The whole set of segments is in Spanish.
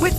With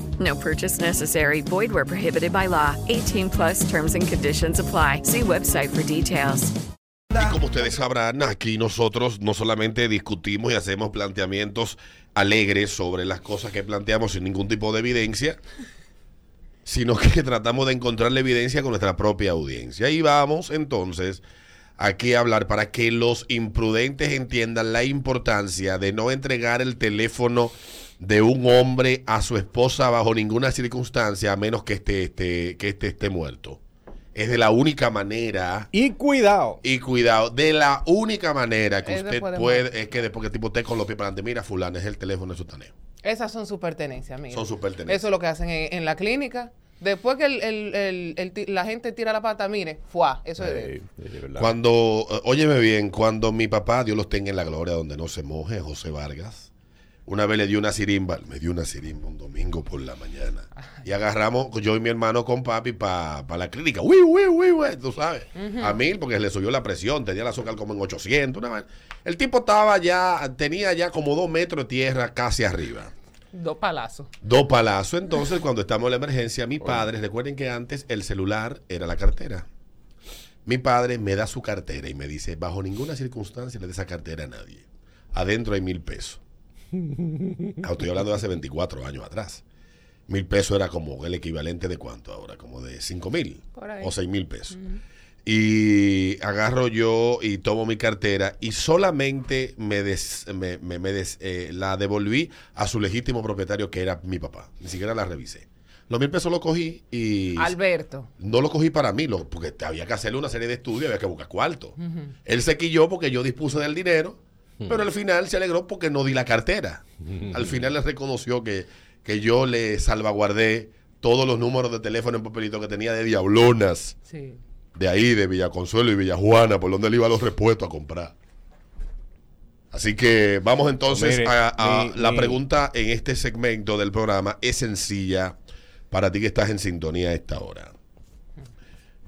No purchase necessary. Void were prohibited by law. 18 plus. Terms and conditions apply. See website for details. Y como ustedes sabrán, aquí nosotros no solamente discutimos y hacemos planteamientos alegres sobre las cosas que planteamos sin ningún tipo de evidencia, sino que tratamos de encontrar la evidencia con nuestra propia audiencia. Y vamos entonces aquí a hablar para que los imprudentes entiendan la importancia de no entregar el teléfono de un hombre a su esposa bajo ninguna circunstancia, a menos que este, este, que este esté muerto. Es de la única manera Y cuidado. y cuidado, de la única manera que Es usted después de puede, es que después que el tipo esté con los pies para adelante, mira, fulano, es el teléfono de Sutaneo. Esas son sus pertenencias, amigo. Son sus pertenencias. Eso es lo que hacen en, en la clínica. Después que el- el- el- el ti- la gente tira la pata, mire, fuá, eso es de él. Cuando, eh, óyeme bien, cuando mi papá, Dios los tenga en la gloria donde no se moje, José Vargas, una vez le dio una sirimba, me dio una sirimba un domingo por la mañana. Y agarramos yo y mi hermano con papi para la clínica. Uy, uy, uy, uy, tú sabes. A mil, porque le subió la presión, tenía el azúcar como en 800. Una vaina. El tipo estaba ya, tenía ya como dos metros de tierra casi arriba. Dos palazos. Dos palazos. Entonces, cuando estamos en la emergencia, mi padre, recuerden que antes el celular era la cartera. Mi padre me da su cartera y me dice, bajo ninguna circunstancia le dé esa cartera a nadie. Adentro hay mil pesos. Ah, Estoy hablando de hace 24 años atrás. Mil pesos era como el equivalente de cuánto ahora, como de cinco mil Por ahí. o seis mil pesos. Y agarro yo y tomo mi cartera y solamente me, des- me- me- me des- eh, la devolví a su legítimo propietario que era mi papá. Ni siquiera la revisé. Los mil pesos los cogí y Alberto. no lo cogí para mí, lo- porque había que hacerle una serie de estudios, había que buscar cuarto. Él se quilló porque yo dispuse del dinero, pero al final se alegró porque no di la cartera. Al final le reconoció que, que yo le salvaguardé todos los números de teléfono en papelito que tenía de diablonas, Sí. de ahí, de Villaconsuelo y Villajuana, por donde él iba los repuestos a comprar. Así que vamos entonces Mire, a, a mi- la mi- pregunta en este segmento del programa. Es sencilla para ti que estás en sintonía a esta hora.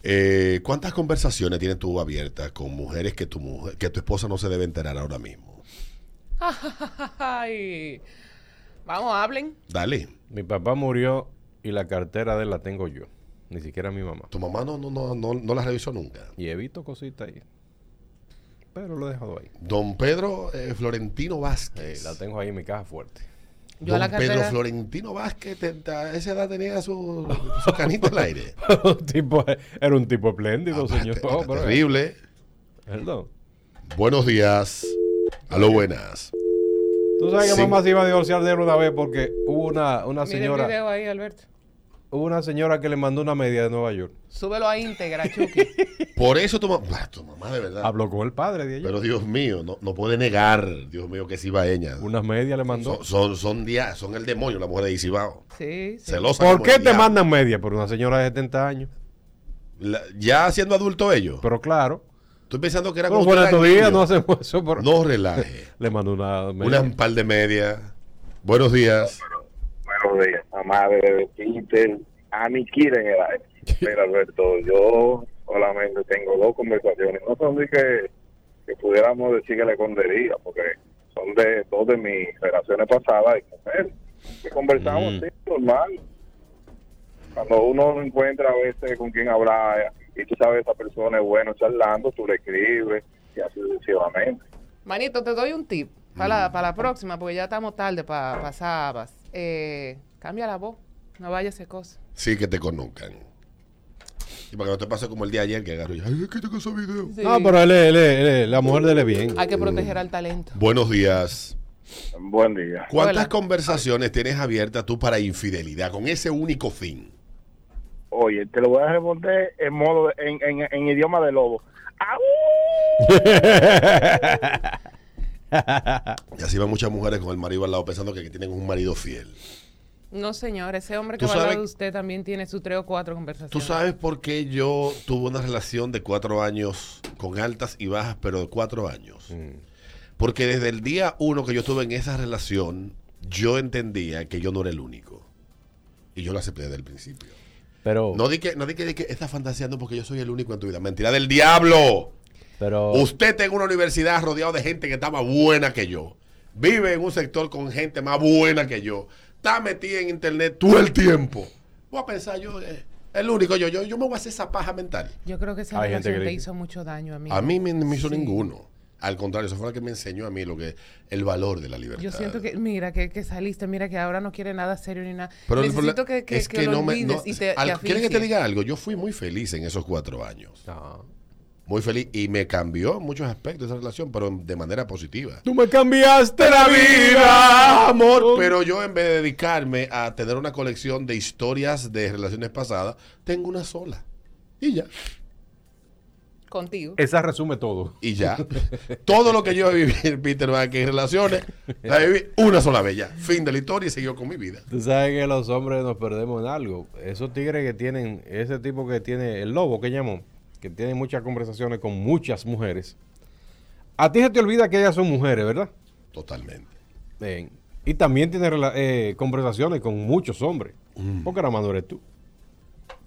Eh, ¿Cuántas conversaciones tienes tú abiertas con mujeres que tu mujer, que tu esposa no se debe enterar ahora mismo? Ay. Vamos, hablen. Dale. Mi papá murió y la cartera de él la tengo yo. Ni siquiera mi mamá. Tu mamá no, no, no, no, no la revisó nunca. Y he visto cositas ahí. Pero lo he dejado ahí. Don Pedro eh, Florentino Eh, Vázquez. la tengo ahí en mi caja fuerte. Yo Don la Pedro cartera- Florentino Vázquez te- te- a esa edad tenía su, su canita al aire. Un tipo- era un tipo espléndido, Aparte, señor. era Oh, pero- terrible. Perdón. Buenos días. Aló, buenas. Tú sabes que Sí. mamá se iba a divorciar de él una vez porque hubo una, una Mira el señora video ahí, Alberto. hubo una señora que le mandó una media de Nueva York. Súbelo a íntegra, Chucky. Por eso tu mamá, Ah, tu mamá de verdad. Habló con el padre de ella. Pero Dios mío, no, no puede negar, Dios mío, que es ibaeña. Unas medias le mandó. Son, son, son, dia- son el demonio, la mujer de Isibao. Sí, sí. Celosa. ¿Por como qué el te diablo. mandan media? Por una señora de 70 años. La- ya siendo adulto ellos. Pero claro. Estoy pensando que era Pero cuando fuera tú estos eras días niño. no hacemos eso. pero- No relaje. Le mandó una media. Una par de media. Buenos días. Buenos días, mamá de Peter, a mi Kira en el aire. Mira, Alberto, yo solamente tengo dos conversaciones. No son de que, que pudiéramos decir que la escondería, porque son de dos de mis relaciones pasadas de mujeres. Que conversamos Mm. sí, normal. Cuando uno no encuentra a veces con quién hablar y tú sabes esa persona es bueno charlando, tú le escribes y así sucesivamente. Manito, te doy un tip para Mm. la, pa' la próxima, porque ya estamos tarde para pasabas. Eh, cambia la voz. No vaya a hacer cosas. Sí, que te conozcan. Y para que no te pase como el día de ayer que agarro y ay, ¿qué tengo ese video? Sí. No, pero él, es- él es- él es- la mujer de Mm. él es bien. Hay que proteger al talento. Buenos días. Buen día. ¿Cuántas Hola. conversaciones tienes abiertas tú para infidelidad con ese único fin? Oye, te lo voy a responder en modo en, en, en idioma de lobo. ¡Au! Y así van muchas mujeres con el marido al lado pensando que, que tienen un marido fiel. No, señor, ese hombre Tú que va al lado sabes- de usted también tiene sus tres o cuatro conversaciones. ¿Tú sabes por qué yo tuve una relación de cuatro años con altas y bajas, pero de cuatro años? Mm. Porque desde el día uno que yo estuve en esa relación, yo entendía que yo no era el único. Y yo lo acepté desde el principio. Pero, No di que, no di que, di que estás fantaseando porque yo soy el único en tu vida. Mentira del diablo. pero Usted está en una universidad rodeado de gente que está más buena que yo. Vive en un sector con gente más buena que yo. Está metida en internet todo el tiempo. Voy a pensar yo, eh, el único yo, yo, yo me voy a hacer esa paja mental. Yo creo que esa Hay gente relación que te le- hizo mucho daño a mí. A mí me- no me hizo Sí. ninguno. Al contrario, eso fue lo que me enseñó a mí lo que el valor de la libertad. Yo siento que, mira, que, que saliste, mira, que ahora no quiere nada serio ni nada. Pero el problema Necesito que, que, es que, lo no me- olvides no- y te, al- te ¿Quieren que te asfixies. diga algo? Yo fui muy feliz en esos cuatro años. Ah. No. Muy feliz y me cambió en muchos aspectos esa relación, pero en- de manera positiva. Tú me cambiaste la vida, vida, amor. Pero yo en vez de dedicarme a tener una colección de historias de relaciones pasadas, tengo una sola. Y ya. Contigo. esa resume todo. Y ya. Todo lo que yo viví en Peter Pan en relaciones, la viví una sola vez ya. Fin de la historia y siguió con mi vida. Tú sabes que los hombres nos perdemos en algo. Esos tigres que tienen, ese tipo que tiene, el lobo que llamó, que tiene muchas conversaciones con muchas mujeres. A ti se te olvida que ellas son mujeres, ¿verdad? Totalmente. Eh, y también tiene rela- eh, conversaciones con muchos hombres. Mm. Porque la mano eres tú.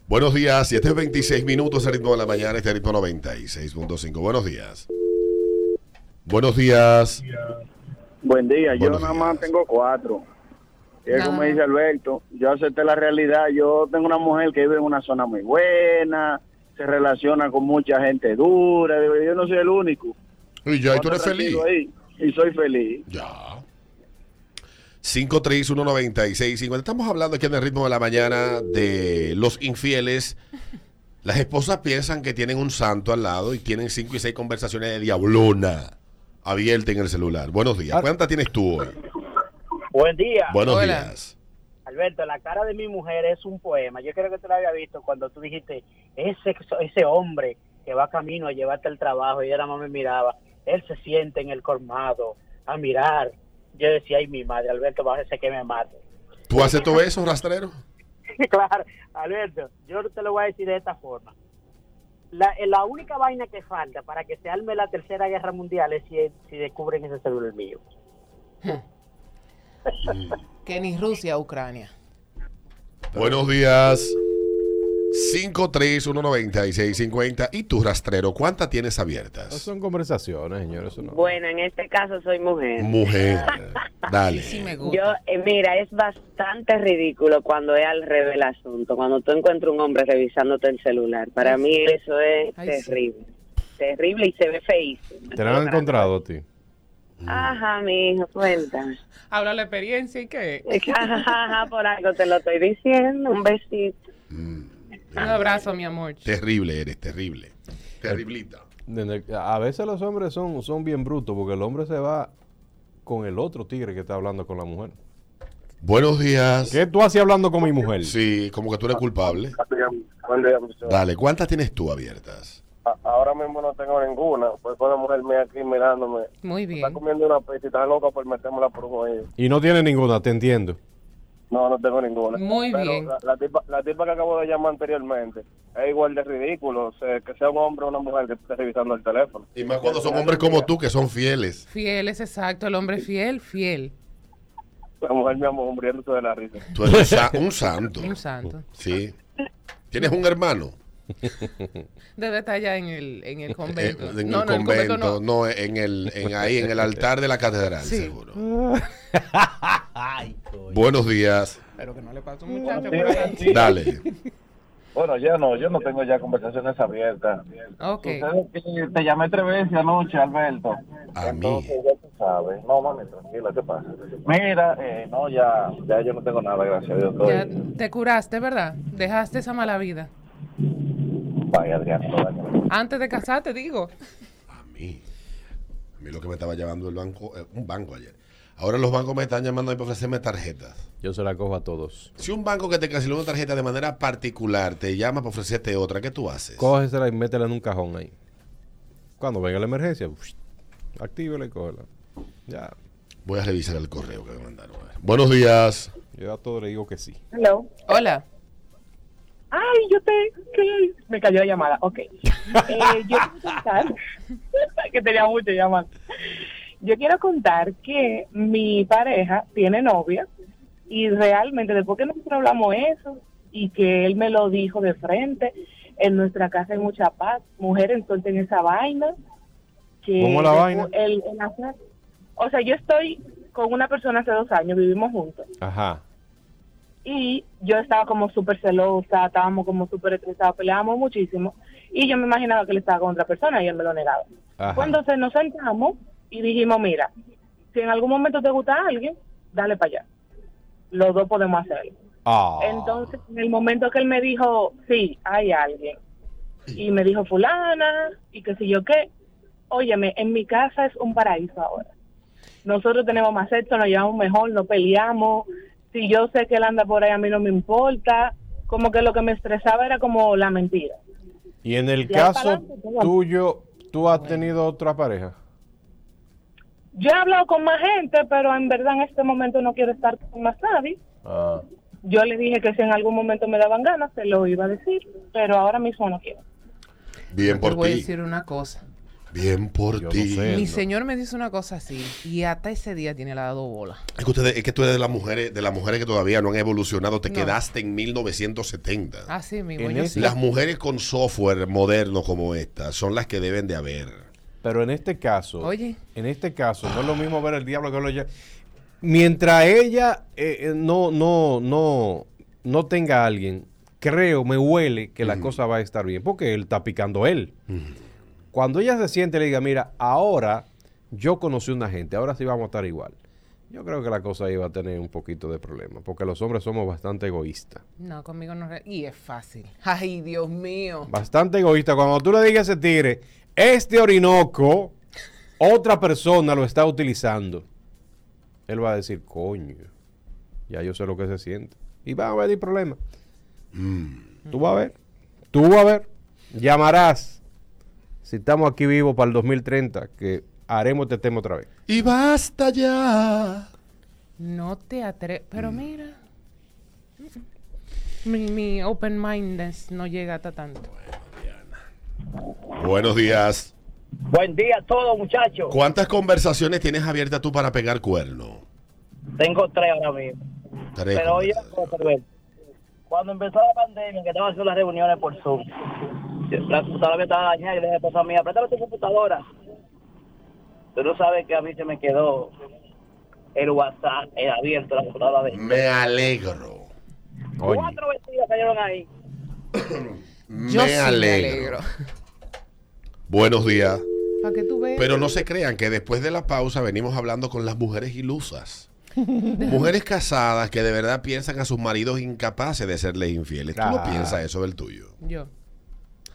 Buenos días, 7.26 minutos, el ritmo de la mañana, este ritmo 96.5. Buenos días. Buenos días. Buen día, Buenos yo nada días. más tengo cuatro. Y es como Ah. dice Alberto, yo acepté la realidad, yo tengo una mujer que vive en una zona muy buena, se relaciona con mucha gente dura, digo, yo no soy el único. Y ya, y Ando tú eres feliz. tranquilo ahí, y soy feliz. Ya. 5319650. Estamos hablando aquí en el ritmo de la mañana de los infieles. Las esposas piensan que tienen un santo al lado y tienen cinco y seis conversaciones de diablona abierta en el celular. Buenos días. Ah. ¿Cuántas tienes tú hoy? Buen día. Buenos Hola. días. Alberto, la cara de mi mujer es un poema. Yo creo que tú la había visto cuando tú dijiste, ese, ese hombre que va camino a llevarte al trabajo y ella nada más me miraba, él se siente en el colmado a mirar. Yo decía, ay, mi madre, Alberto, bájese que me mate. ¿Tú haces todo eso, rastrero? claro, Alberto, yo te lo voy a decir de esta forma. La, eh, la única vaina que falta para que se arme la tercera guerra mundial es si, si descubren ese celular mío. Mm. Que ni Rusia, Ucrania. Buenos días. 5319650. ¿Y tú, rastrero? ¿Cuántas tienes No abiertas? son conversaciones, señores. Eso no. Bueno, en este caso soy mujer. Mujer. Dale. Sí me Yo, gusta. eh, mira, es bastante ridículo cuando es al revés el asunto, cuando tú encuentras un hombre revisándote el celular. Para Ay, mí sí. eso es Ay, sí. terrible. Terrible y se ve feísimo. Te la han encontrado a ti. Ajá, mi hijo, cuenta. Habla la experiencia y qué. Es que, ajá, ajá, por algo te lo estoy diciendo. Un besito. Ah. Un abrazo, mi amor. Terrible eres, terrible. Terriblita. Desde que- A veces los hombres son, son bien brutos porque el hombre se va con el otro tigre que está hablando con la mujer. Buenos días. ¿Qué tú haces hablando con mi mujer? Sí, como que tú eres culpable. Buen día, muchacho. Dale, ¿cuántas tienes tú abiertas? A- Ahora mismo no tengo ninguna, pues con la mujer mía aquí mirándome, Muy bien. está comiendo una pizza y está loca por metérmela por un oído. Y no tiene ninguna, te entiendo. No, no tengo ninguna. Muy Pero bien. La, la tipa, la tipa que acabo de llamar anteriormente es igual de ridículo, o sea, que sea un hombre o una mujer que esté revisando el teléfono. Y más cuando son hombres como tú que son fieles. Fiel es exacto, el hombre fiel, fiel. La mujer me amó muriéndose de la risa. Tú eres un, sa- un santo. Un santo. Sí. ¿Tienes un hermano? Debe estar ya en el, en el Eh, convento. en no, el no, en el convento, no, convento no. en el, en ahí, en el altar de la catedral, Sí. seguro. Buenos días. Pero que no le pase a un muchacho por acá. Dale. Bueno, ya no, yo no tengo ya conversaciones abiertas. Ok. Sucede que Te llamé tres veces anoche, Alberto. A mí. Entonces, ya tú sabes. No, mami, tranquila, ¿qué pasa? Mira, eh, no, ya, ya yo no tengo nada, gracias a Dios. Ya Estoy- te curaste, ¿verdad? Dejaste esa mala vida. pague, Adrián. no lo dañe. Antes de casarte, digo. mí. A mí lo que me estaba llevando el banco, eh, un banco ayer. Ahora los bancos me están llamando ahí para ofrecerme tarjetas. Yo se la cojo a todos. Si un banco que te canceló una tarjeta de manera particular te llama para ofrecerte otra, ¿qué tú haces? Cógesela y métela en un cajón ahí. Cuando venga la emergencia, uff, actívela y cógela. Ya. Voy a revisar el correo que me mandaron. Buenos días. Yo a todo le digo que sí. Hello. Hola. Ay, yo te... que- Me cayó la llamada. Ok. Eh, yo quiero contar... que tenía mucho llamar. Yo quiero contar que mi pareja tiene novia y realmente después que nosotros hablamos eso y que él me lo dijo de frente, en nuestra casa hay mucha paz, mujeres suelten esa vaina. Que ¿Cómo la vaina? el- el hacer- o sea, yo estoy con una persona hace dos años, vivimos juntos. Ajá. y yo estaba como súper celosa, estábamos como súper estresados, peleábamos muchísimo y yo me imaginaba que él estaba con otra persona y él me lo negaba. Ajá. Cuando se nos sentamos y dijimos, mira, si en algún momento te gusta alguien, dale para allá. Los dos podemos hacerlo. Ah. Entonces, en el momento que él me dijo, sí, hay alguien, y me dijo fulana, y qué sé yo qué, óyeme, en mi casa es un paraíso ahora. Nosotros tenemos más sexo, nos llevamos mejor, no peleamos, si yo sé que él anda por ahí, a mí no me importa, como que lo que me estresaba era como la mentira. Y en el De ahí para caso adelante, todo. tuyo, ¿tú has tenido otra pareja? Yo he hablado con más gente, pero en verdad en este momento no quiero estar con más nadie. Ah. Yo le dije que si en algún momento me daban ganas, se lo iba a decir, pero ahora mismo no quiero. Bien Te por voy a ti. decir una cosa. Bien por ti. Mi señor me dice una cosa así y hasta ese día tiene la dos bolas. Es que, ustedes, es que tú eres de las mujeres de las mujeres que todavía no han evolucionado. Te No. quedaste en 1970. Así mismo. En yo ese- sí. Las mujeres con software moderno como esta son las que deben de haber. Pero en este caso, Oye. en este caso, no es lo mismo ver el diablo que lo ya. Mientras ella eh, eh, no, no, no, no tenga a alguien, creo, me huele que la cosa va a estar bien, porque él está picando él. Cuando ella se siente y le diga, mira, ahora yo conocí una gente, ahora sí vamos a estar igual. Yo creo que la cosa iba a tener un poquito de problema, porque los hombres somos bastante egoístas. No, conmigo no. re- Y es fácil. Ay, Dios mío. Bastante egoísta. Cuando tú le digas a ese tigre, este Orinoco, otra persona lo está utilizando. Él va a decir, coño, ya yo sé lo que se siente. Y va a haber problemas. Mm. Tú vas a ver. Tú vas a ver. Llamarás. Si estamos aquí vivos para el 2030, que haremos este tema otra vez. Y basta ya. Mm. No te atreves. Pero mira. Mi, mi open mindedness no llega hasta tanto. Buenos días. Buen día a todos, muchachos. ¿Cuántas conversaciones tienes abiertas tú para pegar cuerno? Tengo tres ahora mismo. Tres. Pero oye, cosa, Rubén. cuando empezó la pandemia, que estaba haciendo las reuniones por Zoom, la computadora me estaba dañada y le dije a la esposa mía, apretame tu computadora. Tú no sabes que a mí se me quedó el WhatsApp el abierto, la computadora de... Me alegro. Oye. Cuatro vestidos cayeron ahí. Me, Yo sí me alegro. Buenos días. Para que tú veas. Pero no se crean que después de la pausa venimos hablando con las mujeres ilusas. Mujeres casadas que de verdad piensan a sus maridos incapaces de serles infieles. ¿Tú no Ah. piensas eso del tuyo? Yo.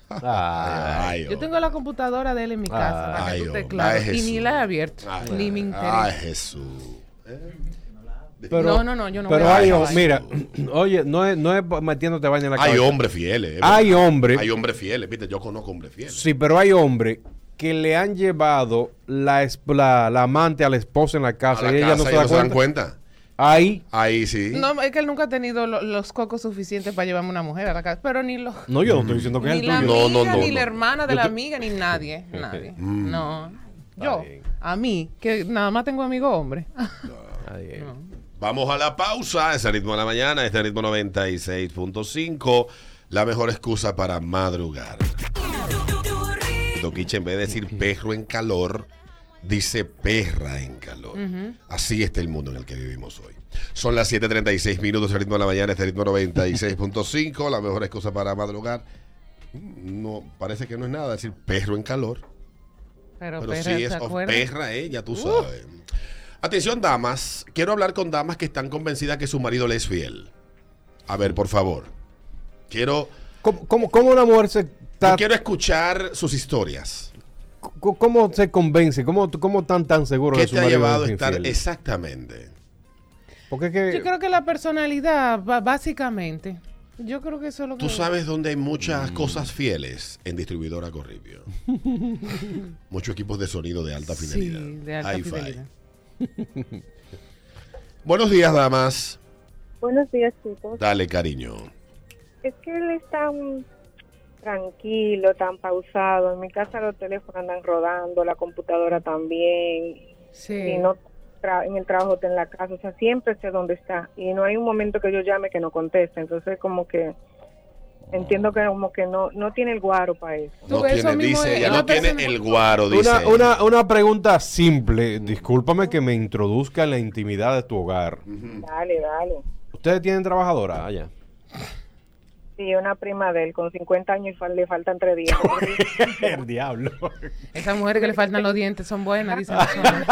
Ay, oh. Yo tengo la computadora de él en mi casa. para Ay, que tú te oh, claves. ay, Y ni Jesús. la he abierto. Ay, ni me interesa. Ay, Jesús. No, no, no, yo no Pero voy a hay, esa hom- vaina. mira, oye, no es, no es metiéndote baño en la Hay cabeza. hombres fieles. es Hay verdad. hombres. Hay hombres fieles. Viste, yo conozco hombres fieles. Sí, pero hay hombres que le han llevado la, esp- la, la amante a la esposa en la casa A y la ella casa no se ellos da no cuenta. Ahí. Ahí sí. No, es que él nunca ha tenido lo- los cocos suficientes para llevarme una mujer a la casa. Pero ni los. No, yo no estoy diciendo que es Ni el la tuyo. amiga, no, no, ni no. la hermana de Yo la te- amiga, ni nadie. Nadie. Mm. No. Yo, a mí, que nada más tengo amigos hombres. Vamos a la pausa. Es el ritmo de la mañana. Este ritmo 96.5. La mejor excusa para madrugar. Doquiche, en vez de decir perro en calor, dice perra en calor. Así está el mundo en el que vivimos hoy. Son las 7:36 minutos, el ritmo de la mañana, este ritmo 96.5. La mejor excusa para madrugar. Mm, No, parece que no es nada decir perro en calor. Pero, Pero perra, sí es ¿te of- acuerdas? perra, eh, ya tú Uh. sabes. Atención, damas. Quiero hablar con damas que están convencidas que su marido le es fiel. A ver, por favor. Quiero ¿Cómo, cómo, cómo una mujer se Yo quiero escuchar sus historias. co- cómo se convence? ¿Cómo, cómo tan tan seguro ¿Qué de su te ha marido llevado es a estar infiel? exactamente? Porque es que Yo creo que la personalidad, ba- básicamente. Yo creo que eso es lo que. Tú sabes dónde hay Mm. muchas cosas fieles en distribuidora Corripio. Muchos equipos de sonido de alta Sí, fidelidad. de alta Hi-Fi. fidelidad. Buenos días, damas. Buenos días, chicos. Dale, cariño. Es que él es tan tranquilo, tan pausado. En mi casa los teléfonos andan rodando, la computadora también. Y no tra- en el trabajo, está en la casa. O sea, siempre sé dónde está. Y no hay un momento que yo llame que no conteste. Entonces, como que entiendo que como que no, no tiene el guaro para eso. No tiene, dice, ya no tiene el guaro, dice. Una, una, una pregunta simple. Discúlpame que me introduzca en la intimidad de tu hogar. Dale, dale. ¿Ustedes tienen trabajadora allá? Sí, una prima de él con 50 años y fal- le faltan tres días. el diablo. Esas mujeres que le faltan los dientes son buenas, dicen. que son.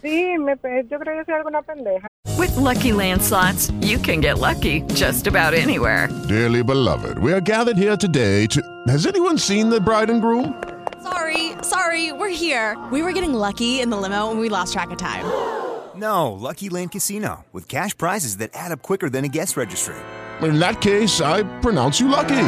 sí, me, pe- yo creo que soy alguna pendeja. With Lucky Land slots, you can get lucky just about anywhere. Dearly beloved, we are gathered here today to. Has anyone seen the bride and groom? Sorry, sorry, we're here. We were getting lucky in the limo and we lost track of time. No, Lucky Land Casino with cash prizes that add up quicker than a guest registry. In that case, I pronounce you lucky.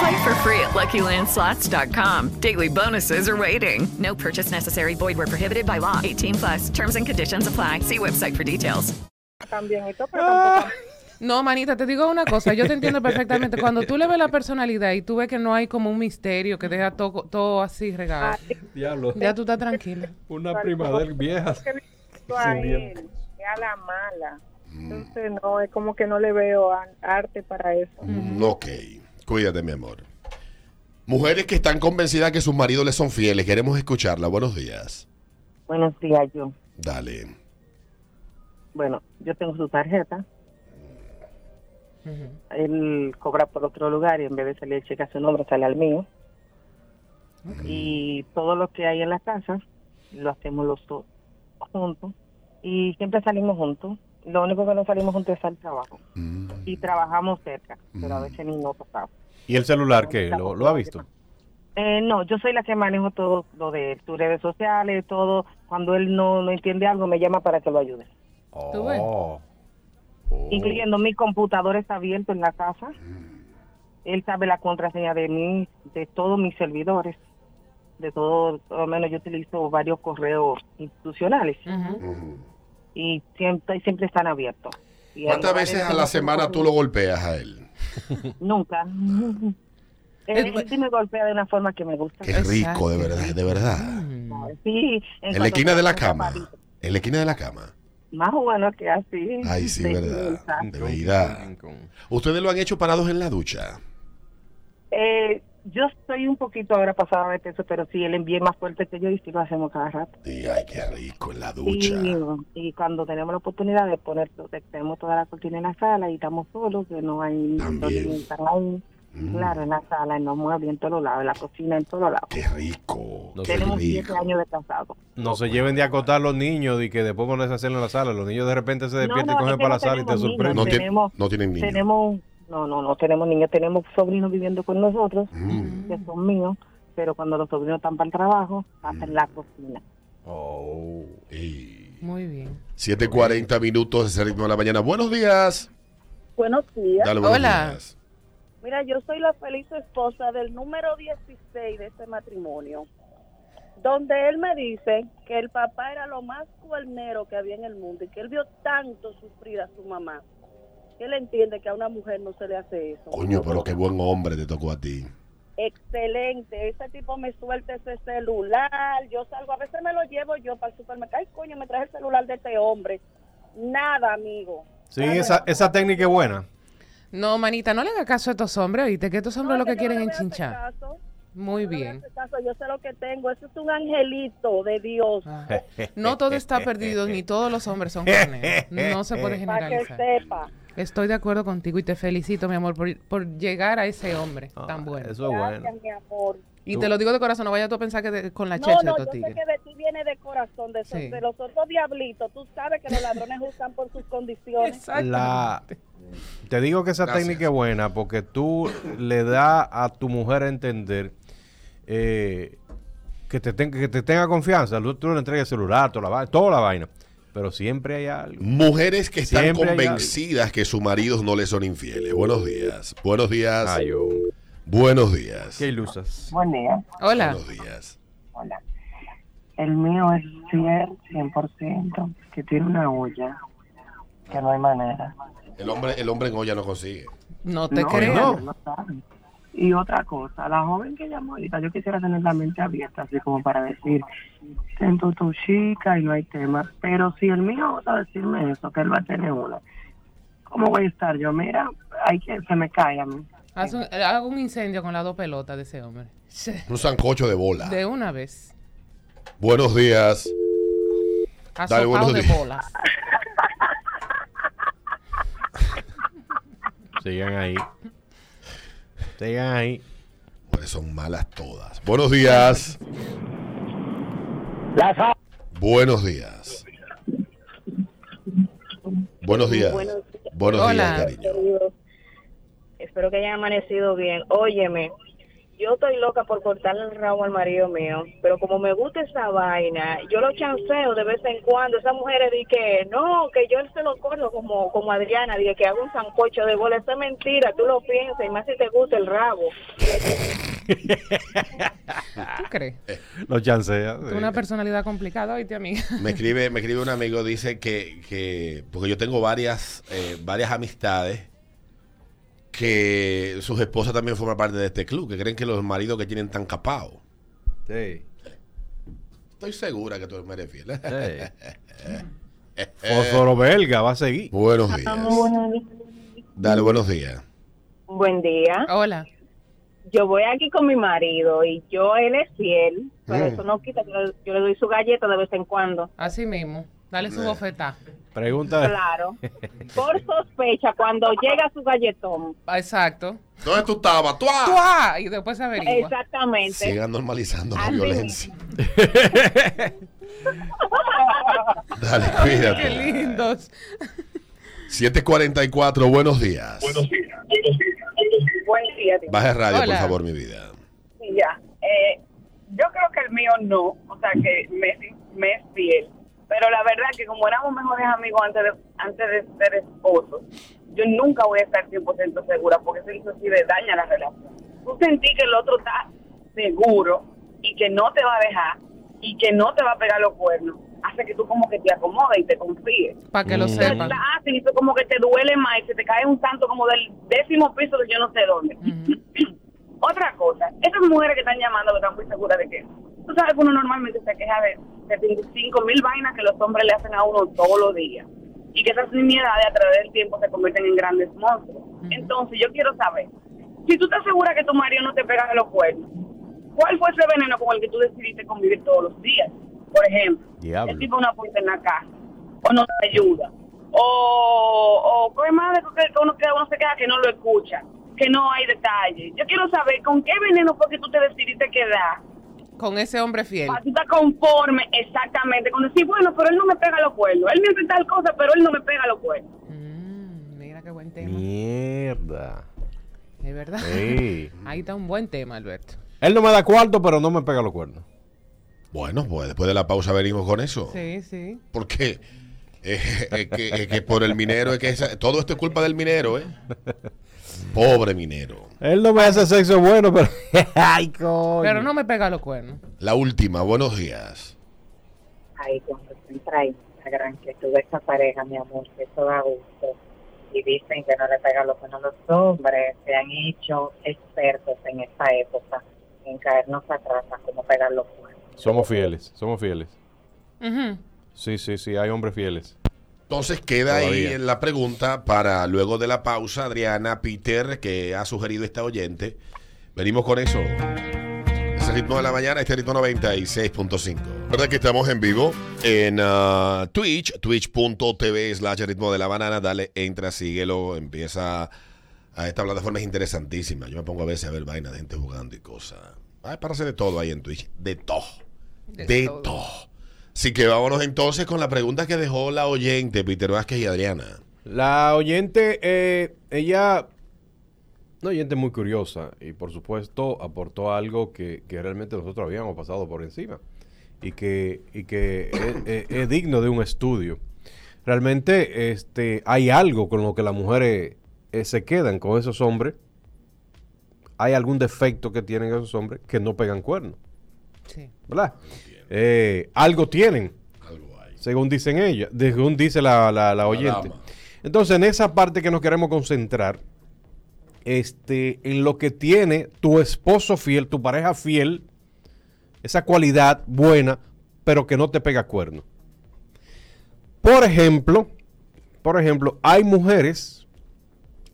Play for free at LuckyLandSlots.com. Daily bonuses are waiting. No purchase necessary. Void where prohibited by law. 18 plus. Terms and conditions apply. See website for details. También esto, pero tampoco- No, manita, te digo una cosa, yo te entiendo perfectamente. Cuando tú le ves la personalidad y tú ves que no hay como un misterio que deja todo, todo así regado, Ah, Diablo. ya tú estás tranquila. Una prima de él vieja. que le gustó a Sin él, que a la mala. Entonces, no, es como que no le veo a- arte para eso. Mm, Ok, cuídate, mi amor. Mujeres que están convencidas que sus maridos les son fieles, queremos escucharla. Buenos días. Buenos días, yo. Dale. Bueno, yo tengo su tarjeta. Él cobra por otro lugar y en vez de salir el cheque a su nombre, sale al mío. Y todo lo que hay en la casa lo hacemos los dos juntos. Y siempre salimos juntos. Lo único que no salimos juntos es al trabajo. Mm. Y trabajamos cerca, pero a veces ni nos tocamos. ¿Y el celular qué? ¿Lo, lo ha visto? Eh, no, yo soy la que manejo todo lo de tus redes sociales, todo. Cuando él no, no entiende algo, me llama para que lo ayude. ¿Tú ves? incluyendo mi computador está abierto en la casa. Mm. Él sabe la contraseña de mí, de todos mis servidores, de todo, por lo menos yo utilizo varios correos institucionales y siempre siempre están abiertos. Y ¿Cuántas hay veces a varios- la semana tú lo golpeas a él? Nunca. Él, él sí me golpea de una forma que me gusta. Mm. Qué rico, de verdad, de verdad. Sí, En la esquina de la cama. En la esquina de la cama. Más bueno que así. Ay, sí, de verdad. gusta. De verdad. Ustedes lo han hecho parados en la ducha. Eh, yo estoy un poquito ahora pasada de peso, pero sí, él envía más fuerte que yo y sí lo hacemos cada rato. Y, ay, qué rico en la Y, ducha. y cuando tenemos la oportunidad de poner, de- tenemos toda la cortina en la sala y estamos solos, que no hay no hay También. Mm. ningún canal. Claro, en la sala, en los muebles, en todos lados, en la cocina, en todos lados. Qué rico. No, Tenemos se, 7 años de casado. no se lleven de acotar los niños y que después ponerse a hacer en la sala. Los niños de repente se despiertan y es cogen que para no la sala y te tenemos niños, sorprenden. tenemos- Tenemos, no, no, no tenemos niños, tenemos sobrinos viviendo con nosotros, Mm. que son míos, pero cuando los sobrinos están para el trabajo, hacen Mm. la cocina. Oh. Ey. Muy bien. 7.40 minutos de ese ritmo de la mañana. Buenos días. Buenos días. Dale, buenos días. Mira, yo soy la feliz esposa del número 16 de este matrimonio, donde él me dice que el papá era lo más cuernero que había en el mundo y que él vio tanto sufrir a su mamá. que Él entiende que a una mujer no se le hace eso. Coño, pero qué buen hombre te tocó a ti. Excelente, ese tipo me suelta ese celular, yo salgo, a veces me lo llevo yo para el supermercado, ay coño, me traje el celular de este hombre. Nada, amigo. Sí, esa, esa técnica es buena. No, manita, no le hagas caso a estos hombres, oíste, que estos hombres lo que quieren es enchinchar. Muy bien. este caso, yo sé lo que tengo. Eso es un angelito de Dios. Ah. No todo está perdido, ni todos los hombres son carneros. No se puede Para que generalizar. sepa. Estoy de acuerdo contigo y te felicito, mi amor, por, por llegar a ese hombre tan bueno. Ah, Eso es bueno. Gracias, mi amor. Y Tú- te lo digo de corazón, no vayas tú a pensar que de- con la No, checha no, de yo tu sé que de ti viene de corazón, de, esos- Sí. de los otros diablitos. Tú sabes que los ladrones juzgan por sus condiciones. La, te digo que esa técnica es buena porque tú le das a tu mujer a entender eh, que, te ten- que te tenga confianza. Lu- Tú le entregas el celular, toda la, va- toda la vaina. Pero siempre hay algo. Mujeres que están Siempre hay algo. convencidas que sus maridos no les son infieles. Buenos días. Buenos días. Ay, oh. Buenos días. Qué ilusas. Buen día. Hola. Buenos días. Hola. El mío es 100%, 100% que tiene una olla, que no hay manera. El hombre, el hombre en olla no consigue. No te creo. no sabe. Y otra cosa, la joven que llamó ahorita, yo quisiera tener la mente abierta, así como para decir, siento tu chica y no hay tema. Pero si el mío va a decirme eso, que él va a tener una, ¿cómo voy a estar yo? Mira, hay que se me cae a mí. Haz un, eh, hago un incendio con las dos pelotas de ese hombre. Un sancocho de bola. De una vez. Buenos días. Dale, Azotado buenos de días. bolas. Sigan ahí. Sigan ahí. Pues son malas todas. Buenos días. Buenos días. Buenos días. Buenos días. Buenos días, cariño. Espero que hayan amanecido bien. Óyeme, yo estoy loca por cortarle el ramo al marido mío, pero como me gusta esa vaina, yo lo chanceo de vez en cuando. Esas mujeres di que no, que yo se lo corto como, como Adriana, dije que hago un sancocho de bola. Eso es mentira, tú lo piensas, y más si te gusta el rabo. ¿Tú crees? Lo chancea. Tú sí. una personalidad complicada, oíste, amiga. Me escribe, me escribe un amigo, dice que, que- porque yo tengo varias, eh, varias amistades que sus esposas también forman parte de este club, que creen que los maridos que tienen tan capados. Sí. Estoy segura que tú me eres fiel. ¿eh? Fósforo belga va a seguir. Buenos días. Dale, buenos días. Buen día. Hola. Yo voy aquí con mi marido y yo, él es fiel, pero Mm. eso no quita que yo- yo le doy su galleta de vez en cuando. Así mismo. Dale su Eh. bofetada. Pregunta. Claro. Por sospecha, cuando llega su galletón. Exacto. ¿Dónde tú estabas? ¡Tuá! Y después se averigua. Exactamente. Sigan normalizando la Así violencia. Dale, Qué cuídate. lindos. 744, buenos días. Buen día. tío. Baja el radio, por favor, mi vida. Sí, ya. Eh, yo creo que el mío no, o sea que me, me es fiel. Pero la verdad que como éramos mejores amigos antes de, antes de ser esposos, yo nunca voy a estar 100% segura porque eso inclusive daña la relación. Tú sentí que el otro está seguro y que no te va a dejar y que no te va a pegar los cuernos. Hace que tú como que te acomodes y te confíes. Para que lo Entonces, sepan. la hacen y tú como que te duele más y se te cae un santo como del décimo piso de yo no sé dónde. Otra cosa, estas mujeres que están llamando, que están muy seguras de que. Tú sabes que uno normalmente se queja de 75 mil vainas que los hombres le hacen a uno todos los días. Y que esas nimiedades a través del tiempo se convierten en grandes monstruos. Entonces, yo quiero saber, si tú estás segura que tu marido no te pega de los cuernos, ¿cuál fue ese veneno con el que tú decidiste convivir todos los días? Por ejemplo, Diablo. el tipo no apunta en la casa, o no te ayuda, o, o ¿qué más de que, que uno, que uno se queja que no lo escucha, que no hay detalle. Yo quiero saber con qué veneno fue que tú te decidiste quedar. Con ese hombre fiel. Para tú estar conforme exactamente con decir, bueno, pero él no me pega los cuernos. Él me hace tal cosa, pero él no me pega los cuernos. Mira qué buen tema. Mierda. Es verdad. Sí. Ahí está un buen tema, Alberto. Él no me da cuarto, pero no me pega los cuernos. Bueno, pues después de la pausa venimos con eso. Sí, sí. Porque eh, es que, es que por el minero, es que esa- todo esto es culpa del minero, ¿eh? Pobre minero. Él no me hace sexo bueno, pero. Ay, coño. Pero no me pega los cuernos. La última, buenos días. Ay, cuando tú entras a Instagram, que tú ves a pareja, mi amor, que eso da gusto. Y dicen que no le pegan lo que no los hombres. Se han hecho expertos en esta época en caernos atrás, como pegar los cuernos. Somos fieles, somos fieles. Sí, sí, sí, hay hombres fieles. Entonces queda ahí Todavía. en la pregunta para luego de la pausa, Adriana Peter, que ha sugerido esta oyente. Venimos con eso. Ese ritmo de la mañana, este ritmo 96.5. ¿Verdad que estamos en vivo en ah, Twitch? Twitch.tv slash ritmo de la banana. Dale, entra, síguelo, empieza. A esta plataforma es interesantísima. Yo me pongo a veces a ver vainas de gente jugando y cosas. Ay, para hacer de todo ahí en Twitch. De todo. De, todo. Así que vámonos entonces con la pregunta que dejó la oyente, Peter Vázquez y Adriana. La oyente, eh, ella, una oyente muy curiosa y por supuesto aportó algo que, que realmente nosotros habíamos pasado por encima y que, y que es, es- es digno de un estudio. Realmente este, hay algo con lo que las mujeres eh, se quedan con esos hombres. Hay algún defecto que tienen esos hombres que no pegan cuernos. Sí. ¿verdad? Eh, algo tienen, según dicen ella, según dice la, la- la oyente. Entonces, en esa parte que nos queremos concentrar, este, en lo que tiene tu esposo fiel, tu pareja fiel, esa cualidad buena, pero que no te pega cuerno. Por ejemplo, por ejemplo, hay mujeres,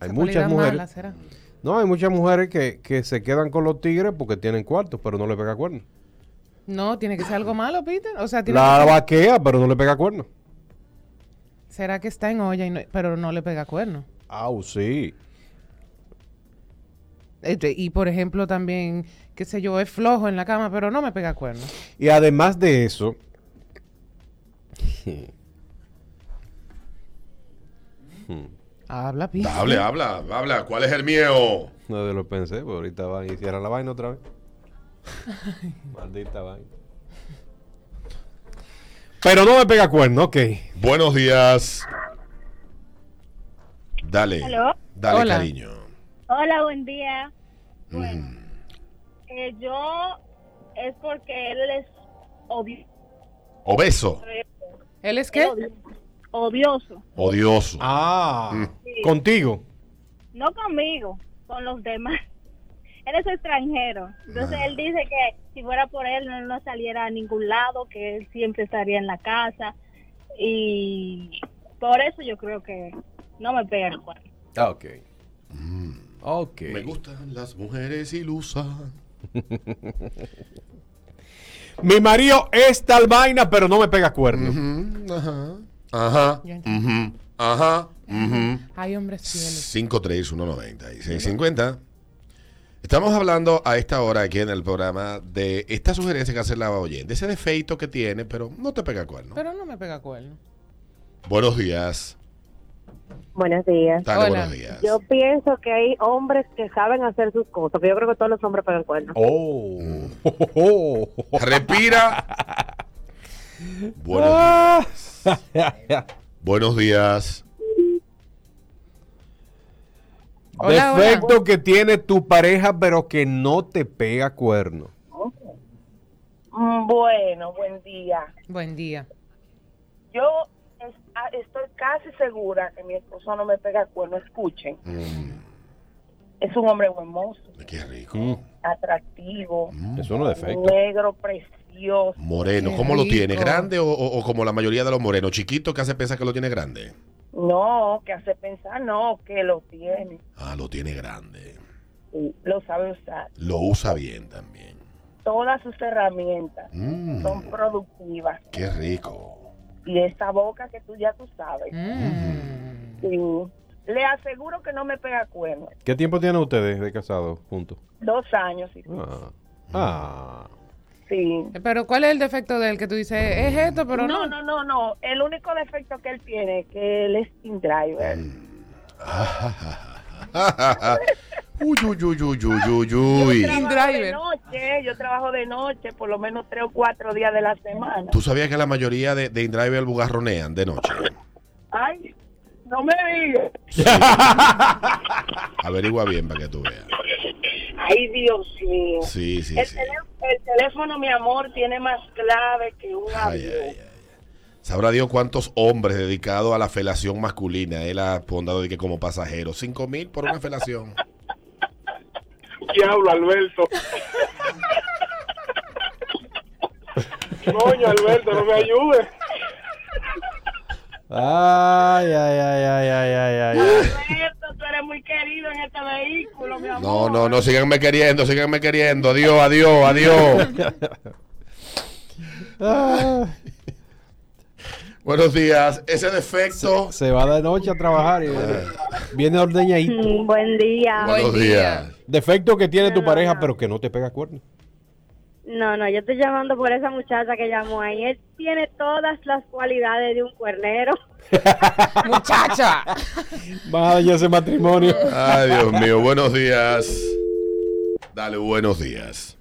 hay muchas mujeres. No, hay muchas mujeres que, que se quedan con los tigres porque tienen cuartos, pero no le pega cuerno. No, tiene que ser algo malo, Peter. O sea, tiene La que ser- vaquea, pero no le pega cuerno. será que está en olla, y no- pero no le pega cuerno. Ah, sí. Este, Y por ejemplo, también, qué sé yo, es flojo en la cama, pero no me pega cuerno. Y además de eso. Habla, Peter. Hable, habla, habla. ¿Cuál es el mío? No lo pensé, pero ahorita van y cierran la vaina otra vez. Maldita vaina. Pero no me pega cuerno, ok. Buenos días. Dale. ¿Aló? Dale, Hola. cariño. Hola, buen día. Mm. Eh, yo es porque él es odio- Obeso, ¿Él es qué? odioso. odioso. Mm. Ah, Sí. contigo. No conmigo, con los demás. Él es extranjero. Entonces él dice que si fuera por él, él no saliera a ningún lado, que él siempre estaría en la casa. Y por eso yo creo que no me pega el cuerno. Ah, ok. Ok. Mm. Me gustan las mujeres ilusas. Mi marido es tal vaina, pero no me pega cuerno. Ajá. Ajá. ujú, Ajá. ujú. Hay hombres fieles. 5319650. Estamos hablando a esta hora aquí en el programa de esta sugerencia que hace la oyente, ese defecto que tiene, pero no te pega cuerno. Pero no me pega cuerno. Buenos días. Buenos días. Dale, Hola. buenos días. Yo pienso que hay hombres que saben hacer sus cosas, pero yo creo que todos los hombres pagan cuernos. Oh. Mm, Respira. Buenos días. Buenos días. Hola, hola. Defecto que tiene tu pareja, pero que no te pega cuerno. Mm, Bueno, buen día. Buen día. Yo es- a- estoy casi segura que mi esposo no me pega cuerno. Escuchen, es un hombre buen mozo, atractivo, Eso no negro, precioso. Moreno, ¿cómo lo tiene? ¿Grande o, o- o como la mayoría de los morenos? Chiquito que hace pensar que lo tiene grande. No, que hace pensar, no, que lo tiene. Ah, lo tiene grande. Sí, Lo sabe usar. Lo usa bien también. Todas sus herramientas Mm, son productivas. qué rico. Y esa boca que tú ya tú sabes. Mm. Sí. Le aseguro que no me pega cuerno. ¿Qué tiempo tienen ustedes de casados juntos? Dos años. sí. Ah. Ah. Sí. Eh, Pero ¿cuál es el defecto de él que tú dices, Eh, es esto, pero no, no, no? no, no. El único defecto que él tiene es que él es sin driver. Mm. uy, uy, uy, uy, uy, uy, uy. Yo trabajo de noche, yo trabajo de noche por lo menos tres o cuatro días de la semana. ¿Tú sabías que la mayoría de, de indriver bugarronean de noche? Ay, no me digas. Averigua bien para que tú veas. Ay, Dios mío. Sí, sí, el, sí. Teléfono, el teléfono, mi amor, tiene más clave que un Ay, avión. ay, ay, ay. Sabrá Dios cuántos hombres dedicados a la felación masculina él ha pondado de que como pasajero. Cinco mil por una felación. Diablo, Alberto. Coño, Alberto, no me ayudes. Ay, ay, ay, ay, ay, ay, ay. Alberto, tú eres muy querido en este vehículo, mi amor. No, no, no, síganme queriendo, síganme queriendo. Adiós, adiós, adiós. Ah. Buenos días. Ese defecto. Se va de noche a trabajar y viene, viene ordeñadito. Buen día. Defecto que tiene tu pareja, pero que no te pega cuerno. No, no, yo estoy llamando por esa muchacha que llamó ahí. Él tiene todas las cualidades de un cuernero. Muchacha. Vas a dañar ese matrimonio. Ay, Dios mío, buenos días. Dale, buenos días.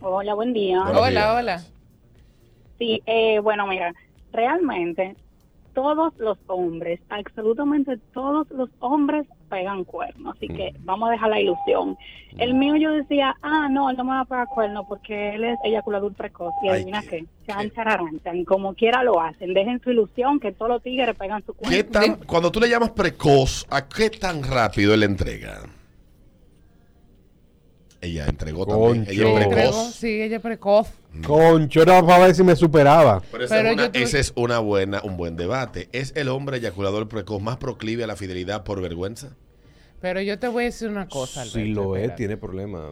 Hola, buen día. Buenos días. hola. Sí, eh, bueno, mira, realmente todos los hombres, absolutamente todos los hombres pegan cuernos, así que Mm. vamos a dejar la ilusión. El mío yo decía, ah, no, él no me va a pegar cuernos porque él es eyaculador precoz. Y Ay, adivina qué, chan, chararán, chan, como quiera lo hacen, dejen su ilusión que todos los tigres pegan su cuerno. ¿Qué tan- cuando tú le llamas precoz, ¿a qué tan rápido él entrega? Ella entregó también. Ella Sí, es precoz, precoz. sí, ella es precoz. Concho, era para ver si me superaba. Pero esa Pero es una- yo tuve- ese es una buena, un buen debate. ¿Es el hombre eyaculador precoz más proclive a la fidelidad por vergüenza? Pero yo te voy a decir una cosa, Alberto. Si lo es, espérate. tiene problemas.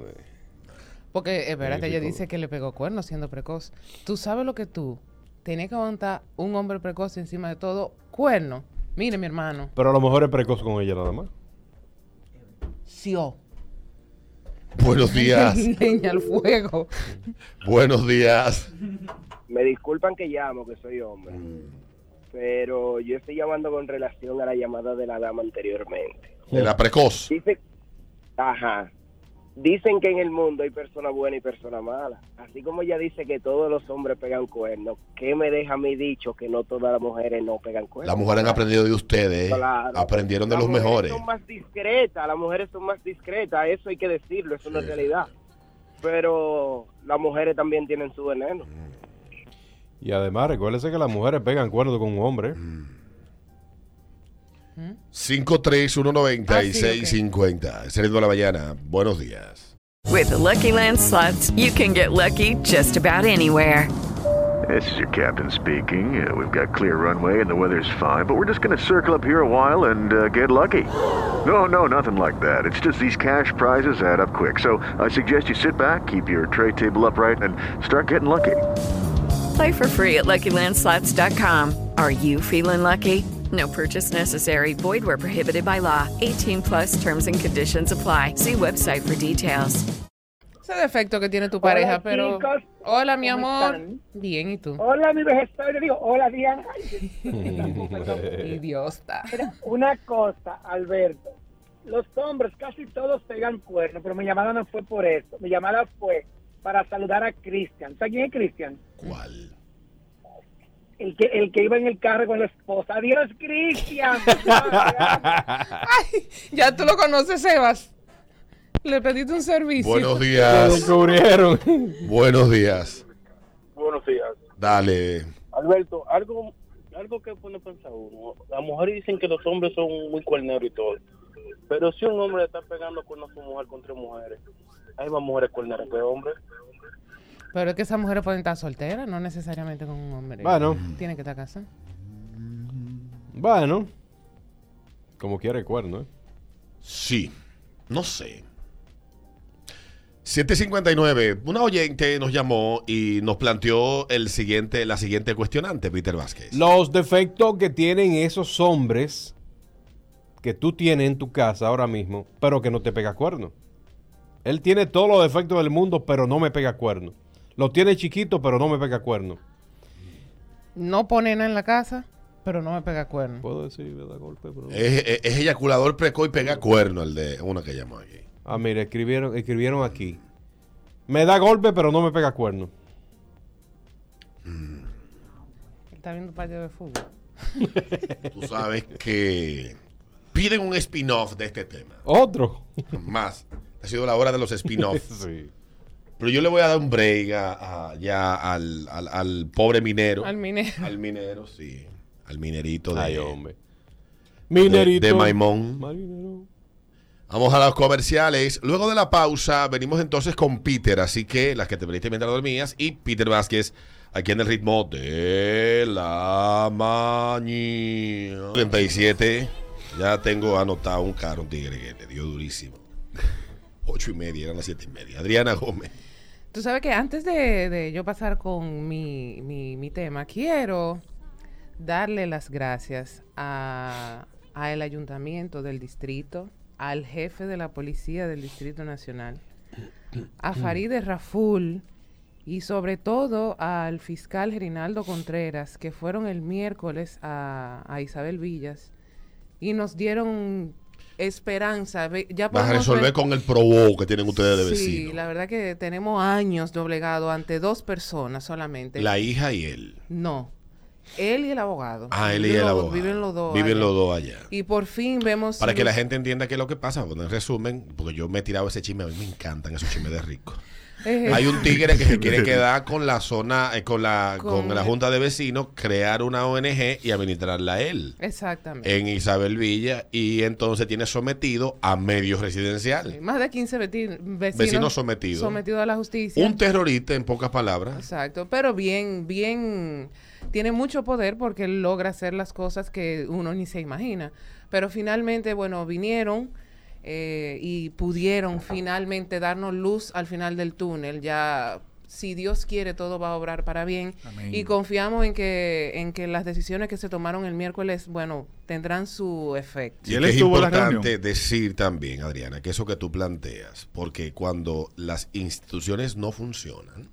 Porque, eh, espérate, ella Magnífico. dice que le pegó cuerno siendo precoz. Tú sabes lo que tú tenías que aguantar un hombre precoz y encima de todo cuerno. Mire, mi hermano. Pero a lo mejor es precoz con ella nada más. Sió. Buenos días. Leña al fuego. buenos días. Me disculpan que llamo, que soy hombre, pero yo estoy llamando con relación a la llamada de la dama anteriormente. De la precoz. Dice, ajá, dicen que en el mundo hay personas buenas y personas malas. Así como ella dice que todos los hombres pegan cuernos, ¿qué me deja a mí dicho que no todas las mujeres no pegan cuernos? Las mujeres han aprendido de ustedes. ¿eh? Claro. Aprendieron de Las los mujeres mejores. Son más discretas, las mujeres son más discretas, eso hay que decirlo, eso es una realidad. Pero las mujeres también tienen su veneno. Y además, recuérdese que las mujeres pegan cuernos con un hombre. Mm. Ah, 5319650. Es el ritmo de la mañana. Buenos días. With Lucky Land slots, you can get lucky just about anywhere. This is your captain speaking. Uh, we've got clear runway and the weather's fine, but we're just going to circle up here a while and uh, get lucky. No, no, nothing like that. It's just these cash prizes add up quick. So I suggest you sit back, keep your tray table upright, and start getting lucky. Play for free at LuckyLandSlots.com. Are you feeling lucky? No purchase necessary. Void where prohibited by law. 18 plus terms and conditions apply. See website for details. Ese defecto que tiene tu pareja, pero. chicos. Hola, mi ¿Cómo amor. están? Bien, ¿y tú? Hola, mi vegetal. Yo digo, hola, Diana. Eh, Idiota. Mira, una cosa, Alberto. Los hombres casi todos pegan cuernos, pero mi llamada no fue por eso. Mi llamada fue para saludar a Cristian. ¿Sabes quién es Cristian? ¿Cuál? El que, el que iba en el carro con la esposa. ¡Adiós, Cristian! Ya tú lo conoces, Sebas. Le pediste un servicio. Buenos días. descubrieron. Buenos días. Buenos días. Dale. Alberto, algo algo que pone a pensar uno. Las mujeres dicen que los hombres son muy cuerneros y todo. Pero si un hombre está pegando con una mujer con tres mujeres, hay más mujeres cuerneras que hombres. Pero es que esas mujeres pueden estar solteras, no necesariamente con un hombre. Bueno. Tiene que estar casada. Bueno. Como quiere cuerno, ¿eh? Sí. No sé. 759. Una oyente nos llamó y nos planteó el siguiente, la siguiente cuestionante, Peter Vázquez. Los defectos que tienen esos hombres que tú tienes en tu casa ahora mismo, pero que no te pega cuerno. Él tiene todos los defectos del mundo, pero no me pega cuerno. Lo tiene chiquito, pero no me pega cuerno. No pone nada en la casa, pero no me pega cuerno. Puedo decir, ¿verdad? Golpe, pero... Es, es- es eyaculador precoz y pega cuerno el de una que llamó aquí. Ah, mira, escribieron, escribieron aquí. Me da golpe, pero no me pega cuerno. Está viendo partido de fútbol. Tú sabes que piden un spin-off de este tema. Otro. Más. Ha sido la hora de los spin-offs. Sí. Pero yo le voy a dar un break a- a- ya al, al- al pobre minero. Al minero. Al minero, sí. Al minerito de. Ay, Minerito. De, de Maimón. Marinero. Vamos a los comerciales. Luego de la pausa, venimos entonces con Peter. Así que las que te perdiste mientras dormías y Peter Vázquez aquí en el ritmo de la mañana. 37. Ya tengo anotado un carro, un tigre que le dio durísimo. Ocho y media, eran las siete y media. Adriana Gómez. Tú sabes que antes de, de yo pasar con mi, mi, mi tema, quiero darle las gracias a, a el ayuntamiento del distrito, al jefe de la policía del Distrito Nacional, a Farideh Raful, y sobre todo al fiscal Rinaldo Contreras, que fueron el miércoles a, a Isabel Villas y nos dieron esperanza. Ve- Ya Vas a podemos resolver ver- con el probo que tienen ustedes de Sí, vecino. la verdad que tenemos años doblegado ante dos personas solamente. La hija y él. No, él y el abogado. Ah, él y Viven el los- abogado. Viven los dos. Viven allá. los dos allá. Y por fin vemos... Para que luz. la gente entienda qué es lo que pasa, bueno, en resumen, porque yo me he tirado ese chisme, a mí me encantan esos chismes de rico. Eh, Hay un tigre que se quiere quedar con la zona, eh, con la con, Con- la junta de vecinos, crear una ONG y administrarla él Exactamente. en Isabel Villa y entonces tiene sometido a medios residenciales. Más de 15 veti- vecinos, Vecinos sometidos. sometidos a la justicia. Un terrorista en pocas palabras. Exacto, pero bien, bien, tiene mucho poder porque él logra hacer las cosas que uno ni se imagina. Pero finalmente, bueno, vinieron eh, y pudieron finalmente darnos luz al final del túnel. Ya, si Dios quiere, todo va a obrar para bien. Amén. Y confiamos en que, en que las decisiones que se tomaron el miércoles, bueno, tendrán su efecto. Y que es importante decir también, Adriana, que eso que tú planteas, porque cuando las instituciones no funcionan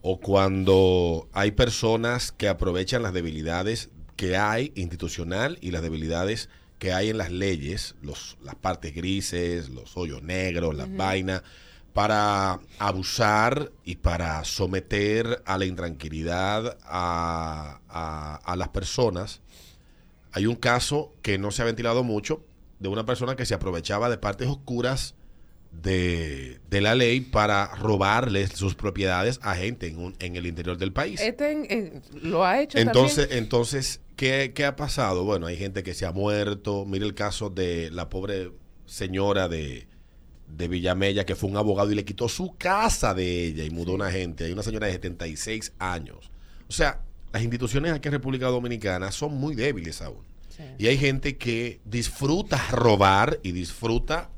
o cuando hay personas que aprovechan las debilidades que hay institucional y las debilidades que hay en las leyes, los, las partes grises, los hoyos negros, las Ujú. vainas, para abusar y para someter a la intranquilidad a- a- a las personas hay un caso que no se ha ventilado mucho de una persona que se aprovechaba de partes oscuras de, de la ley para robarles sus propiedades a gente en, un- en el interior del país. Este en- en- lo ha hecho Entonces, también. entonces ¿qué, qué ha pasado? Bueno, hay gente que se ha muerto. Mira el caso de la pobre señora de, de Villamella que fue un abogado y le quitó su casa de ella y mudó una gente. Hay una señora de 76 años. O sea, las instituciones aquí en República Dominicana son muy débiles aún. Y hay gente que disfruta robar y disfruta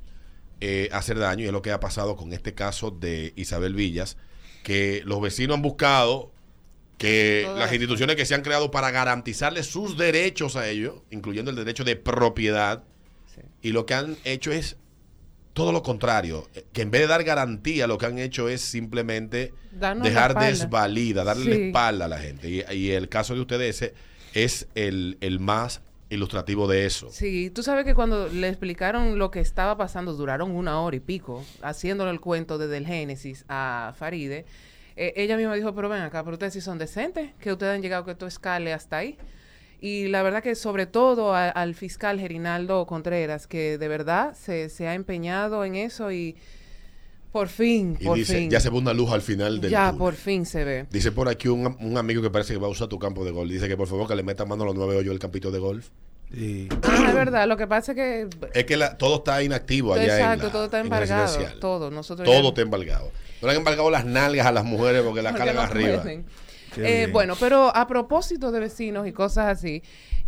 eh, hacer daño. Y es lo que ha pasado con este caso de Isabel Villas, que los vecinos han buscado que Todas las las- instituciones que se han creado para garantizarles sus derechos a ellos, incluyendo el derecho de propiedad, y lo que han hecho es todo lo contrario, eh, que en vez de dar garantía, lo que han hecho es simplemente Darnos la dejar espalda. desvalida, darle la Sí. espalda a la gente. Y, y el caso de ustedes ese es el, el más ilustrativo de eso. Sí, tú sabes que cuando le explicaron lo que estaba pasando, duraron una hora y pico, haciéndole el cuento desde el Génesis a Faride. eh, ella misma dijo, pero ven acá, pero ustedes sí son decentes, que ustedes han llegado que esto escale hasta ahí. Y la verdad que sobre todo a- al fiscal Gerinaldo Contreras, que de verdad se, se ha empeñado en eso y por fin, Y por dice, fin, ya se ve una luz al final del ya túnel. por fin se ve. Dice por aquí un, am- un amigo que parece que va a usar tu campo de golf. Dice que por favor que le meta mano a los nueve hoyos del campito de golf. Ah, es verdad, lo que pasa es que... Es que la- todo está inactivo allá en Exacto, la- todo está en embargado, residencial. todo. Nosotros ya- Todo está embargado. No le han embargado las nalgas a las mujeres porque la Porque cargan no arriba. pueden. Qué Eh, bien. bueno, pero a propósito de vecinos y cosas así,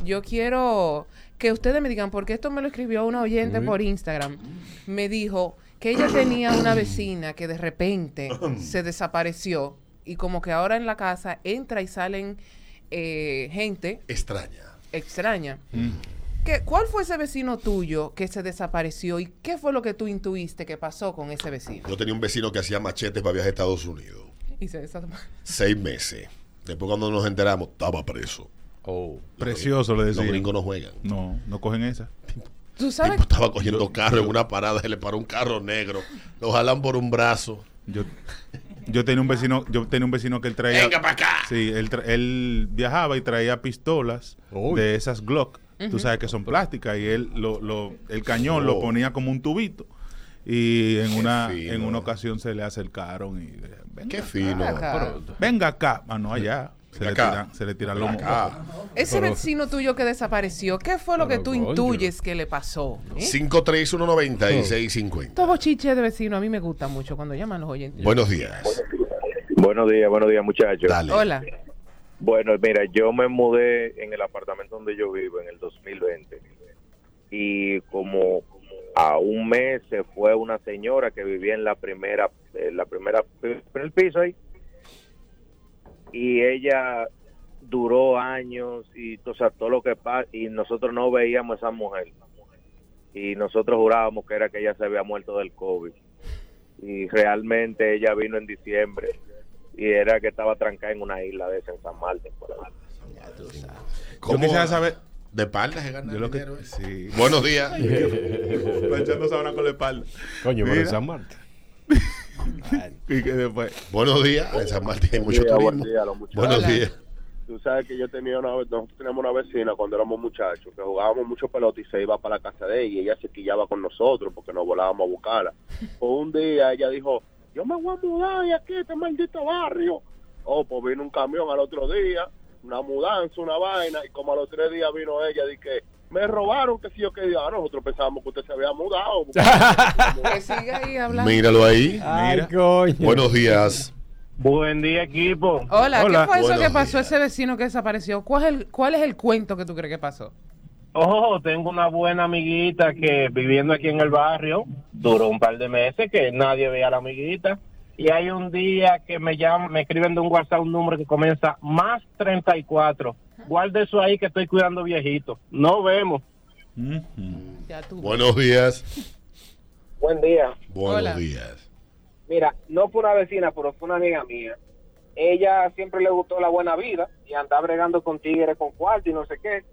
yo quiero que ustedes me digan, porque esto me lo escribió una oyente Uy. por Instagram, me dijo que ella tenía una vecina que de repente Mm. se desapareció y como que ahora en la casa entra y salen eh, gente Extraña. extraña. Mm. ¿Qué- ¿Cuál fue ese vecino tuyo que se desapareció y qué fue lo que tú intuiste que pasó con ese vecino? Yo tenía un vecino que hacía machetes para viajar a Estados Unidos. Y se desapareció. Seis meses. Después cuando nos enteramos, estaba preso. Precioso, le decía. Los gringos no juegan. No, no cogen esa. ¿Tú sabes? Estaba cogiendo carro en una parada, se le paró un carro negro. Lo jalan por un brazo. Yo, yo tenía un vecino, yo tenía un vecino que él traía. Venga pa' acá. Sí, él, tra- él viajaba y traía pistolas Uy. de esas Glock. Ujú. Tú sabes que son plásticas y él lo, lo- el cañón Oh. lo ponía como un tubito. Y en Qué una, fino. eh. en una ocasión se le acercaron y eh, venga Qué acá. fino. Acá. venga acá. Ah, no, allá. Se Venga le, acá. tiran, se le tiran los Venga acá. mocos. Ese Pero- vecino tuyo que desapareció, ¿qué fue lo que tú intuyes que le pasó? ¿Eh? 53190 y 650. Estos bochiches de vecino a mí me gustan mucho cuando llaman los oyentes. Buenos días. Buenos días, buenos días, muchachos. Hola. Bueno, mira, yo me mudé en el apartamento donde yo vivo en el 2020 y como a un mes se fue una señora que vivía en la primera, en la primera, primer piso ahí y ella duró años y o sea, todo lo que pasa y nosotros no veíamos a esa mujer y nosotros jurábamos que era que ella se había muerto del COVID y realmente ella vino en diciembre y era que estaba trancada en una isla de esa en San Martín. por ahí. ¿Cómo Yo quisiera saber? De espaldas se gana Yo lo que- dinero, ¿eh? sí. Buenos días. Está echando sábana con la espalda. Coño, pero en San Martín. y que después. Buenos días. Oh. En San Martín hay Buen mucho día, turismo. buen día, los muchachos. Buenos Hola. días. Tú sabes que yo tenía una, nosotros teníamos una vecina cuando éramos muchachos, que jugábamos mucho pelota y se iba para la casa de ella y ella se quillaba con nosotros porque nos volábamos a buscarla. Pues un día ella dijo, yo me voy a mudar de aquí, este maldito barrio. Oh, pues vino un camión al otro día, una mudanza, una vaina, y como a los tres días vino ella, dije que me robaron, que si yo quería, Ah, nosotros pensábamos que usted se había mudado. Que siga ahí hablando. Míralo ahí. Ay, Mira. Buenos días. Buen día, equipo. Hola, ¿qué fue eso Buenos que pasó ese vecino que desapareció? ¿Cuál es, el, ¿Cuál es el cuento que tú crees que pasó? Oh, Ojo, tengo una buena amiguita que viviendo aquí en el barrio, duró un par de meses que nadie veía a la amiguita. Y hay un día que me llaman, me escriben de un WhatsApp un número que comienza más 34. Guarda eso ahí que estoy cuidando viejito. No vemos. Buenos días. Buen día. Buenos Hola. días. Mira, no fue una vecina, pero fue una amiga mía. Ella siempre le gustó la buena vida y andaba bregando con tigres, con cuarto y no sé qué.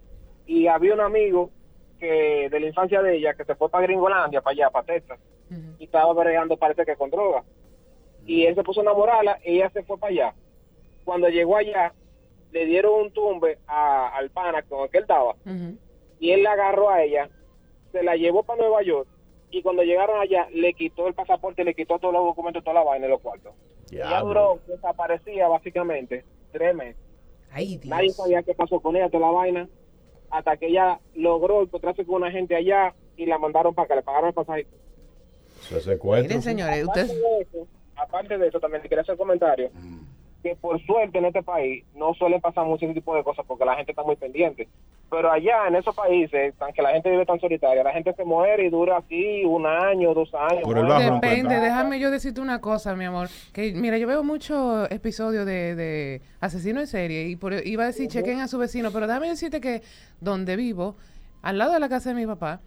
Y había un amigo que de la infancia de ella que se fue para Gringolandia, para allá, para Texas, y estaba bregando parece que con droga. Y él se puso a enamorarla, ella se fue para allá. Cuando llegó allá, le dieron un tumbe a- al pana con el que él estaba y él la agarró a ella, se la llevó para Nueva York y cuando llegaron allá le quitó el pasaporte, le quitó todos los documentos, toda la vaina en los cuartos. Ella duró, desaparecía básicamente, tres meses. Nadie sabía qué pasó con ella, toda la vaina, hasta que ella logró encontrarse con una gente allá y la mandaron para acá, le pagaron el pasaje. Se secuestra. aparte, de eso, aparte de eso, también te quería hacer comentario. Que por suerte en este país no suelen pasar mucho ese tipo de cosas porque la gente está muy pendiente. Pero allá en esos países, tan que la gente vive tan solitaria, la gente se muere y dura así un año, dos años. muere. Depende, déjame yo decirte una cosa, mi amor. Que mira, yo veo muchos episodios de, de asesino en serie y por, iba a decir chequen a su vecino, pero déjame decirte que donde vivo, al lado de la casa de mi papá,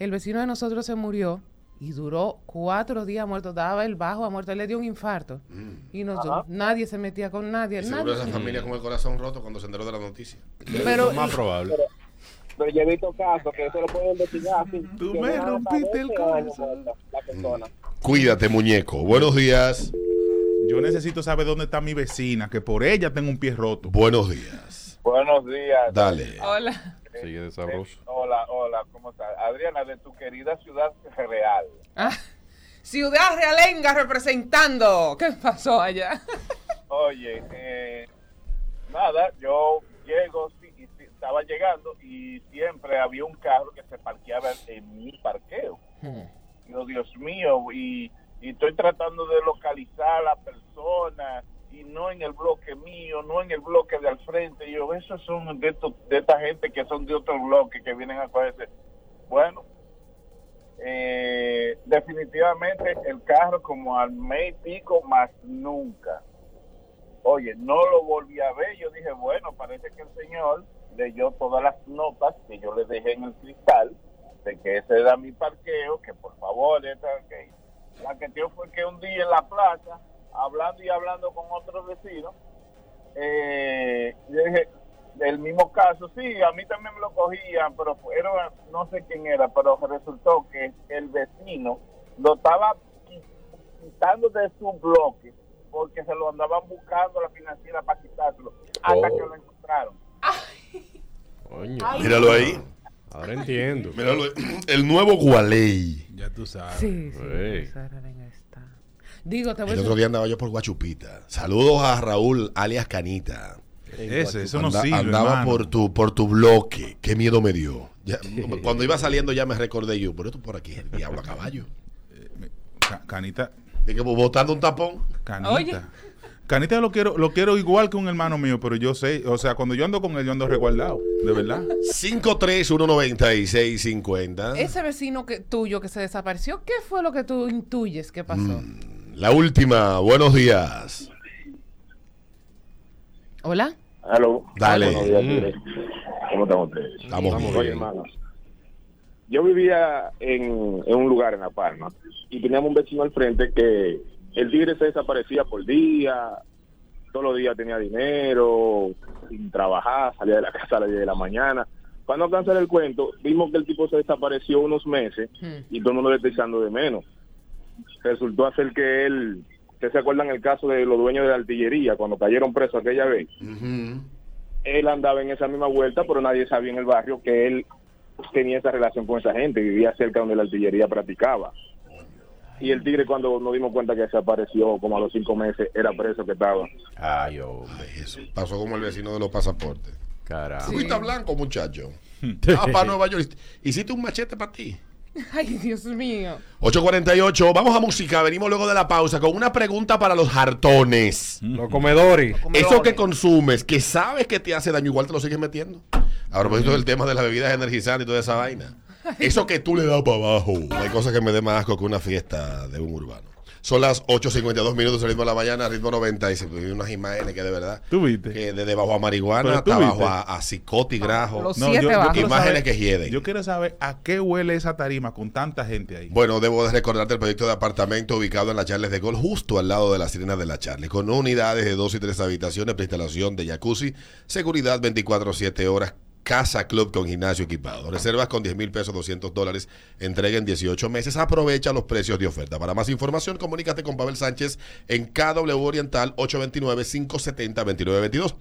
el vecino de nosotros se murió y duró cuatro días muerto. Daba el bajo a muerto, él le dio un infarto y no, nadie se metía con nadie. Mm. Seguro nadie esa se- familia con el corazón roto cuando se enteró de la noticia. Pero- es más probable. Pero, pero yo he visto casos que eso lo pueden investigar. Así, Tú me rompiste el corazón. La persona. Cuídate, muñeco. Buenos días. Yo necesito saber dónde está mi vecina, que por ella tengo un pie roto. Buenos días. Buenos días. Dale. Hola. Sigue desabroso. Hola, hola, ¿cómo estás? Adriana, de tu querida ciudad real. Ah, Ciudad Realenga representando. ¿Qué pasó allá? Oye, eh, nada, yo llego, sí, y sí, estaba llegando y siempre había un carro que se parqueaba en mi parqueo. Yo, Dios mío, y, y estoy tratando de localizar a la persona y no en el bloque mío, no en el bloque de al frente. Y yo, esos son de, estos- de esta gente que son de otro bloque que vienen a cogerse. Bueno, eh, definitivamente el carro como al mes y pico más nunca. Oye, no lo volví a ver. Yo dije, bueno, parece que el señor leyó todas las notas que yo le dejé en el cristal de que ese era mi parqueo, que por favor, esta, que la que dio fue que un día en la plaza, hablando y hablando con otro vecino, eh, yo dije, del mismo caso, sí, a mí también me lo cogían, pero era, no sé quién era, pero resultó que el vecino lo estaba qui- quitando de su bloque porque se lo andaban buscando a la financiera para quitárselo, hasta que lo encontraron. Coño. Ay. Míralo ahí. Ahora entiendo. Míralo, el nuevo Gualey. Ya tú sabes. Sí, sí. Ey. Sara, venga, está. Digo, te voy a El decir- otro día andaba yo por Guachupita. Saludos a Raúl alias Canita. Ese, eso no Anda- sirve, Andaba hermano. por tu, por tu bloque. Qué miedo me dio. Ya, cuando iba saliendo ya me recordé yo. Pero esto por aquí es el diablo a caballo. Eh, Ca- Canita. De que botando un tapón. Canita. Oye. Canita lo quiero, lo quiero igual que un hermano mío, pero yo sé, o sea, cuando yo ando con él, yo ando resguardado, de verdad. 5319650. Ese vecino que, tuyo que se desapareció, ¿qué fue lo que tú intuyes que Mm. pasó? La última. Buenos días. ¿Hola? Aló. Dale. Buenos días, Mm. Tigre. ¿Cómo están ustedes? Estamos bien. Oye, hermano. Yo vivía en, en un lugar en La Palma y teníamos un vecino al frente que el tigre se desaparecía por día, todos los días tenía dinero, sin trabajar, salía de la casa a las 10 de la mañana. Para no cansar el cuento, vimos que el tipo se desapareció unos meses Hmm. y todo el mundo le está echando de menos. Resultó hacer que él, ¿ustedes se acuerdan el caso de los dueños de la artillería cuando cayeron presos aquella vez? Él andaba en esa misma vuelta, pero nadie sabía en el barrio que él tenía esa relación con esa gente, vivía cerca donde la artillería practicaba. Y el tigre cuando nos dimos cuenta que desapareció como a los cinco meses, era preso que estaba. Ay, hombre. eso. Pasó como el vecino de los pasaportes. Carajo. Fuiste a blanco, muchacho. Ah, para Nueva York. Hiciste un machete para ti. Ay, Dios mío. 8.48, vamos a música, venimos luego de la pausa con una pregunta para los hartones. Los comedores. Eso que consumes, que sabes que te hace daño, igual te lo sigues metiendo. A propósito del tema de las bebidas energizantes y toda esa vaina. Eso que tú le das para abajo. Hay cosas que me den más asco que una fiesta de un urbano. Son las 8.52 minutos, el ritmo de la mañana, ritmo 90, y se vi unas imágenes que de verdad, ¿Tú viste? que desde bajo a marihuana Pero tú hasta abajo viste. a, a psicoti grajo. No, yo- yo quiero imágenes saber- que hieden. Yo quiero saber a qué huele esa tarima con tanta gente ahí. Bueno, debo de recordarte el proyecto de apartamento ubicado en la Charles de Gol, justo al lado de la Sirena de la Charles, con unidades de dos y tres habitaciones, preinstalación de jacuzzi, seguridad 24-7 horas, casa club con gimnasio equipado. Reservas con 10 mil pesos, 200 dólares, entrega en 18 meses. Aprovecha los precios de oferta. Para más información, comunícate con Pavel Sánchez en KW Oriental 829-570-2922.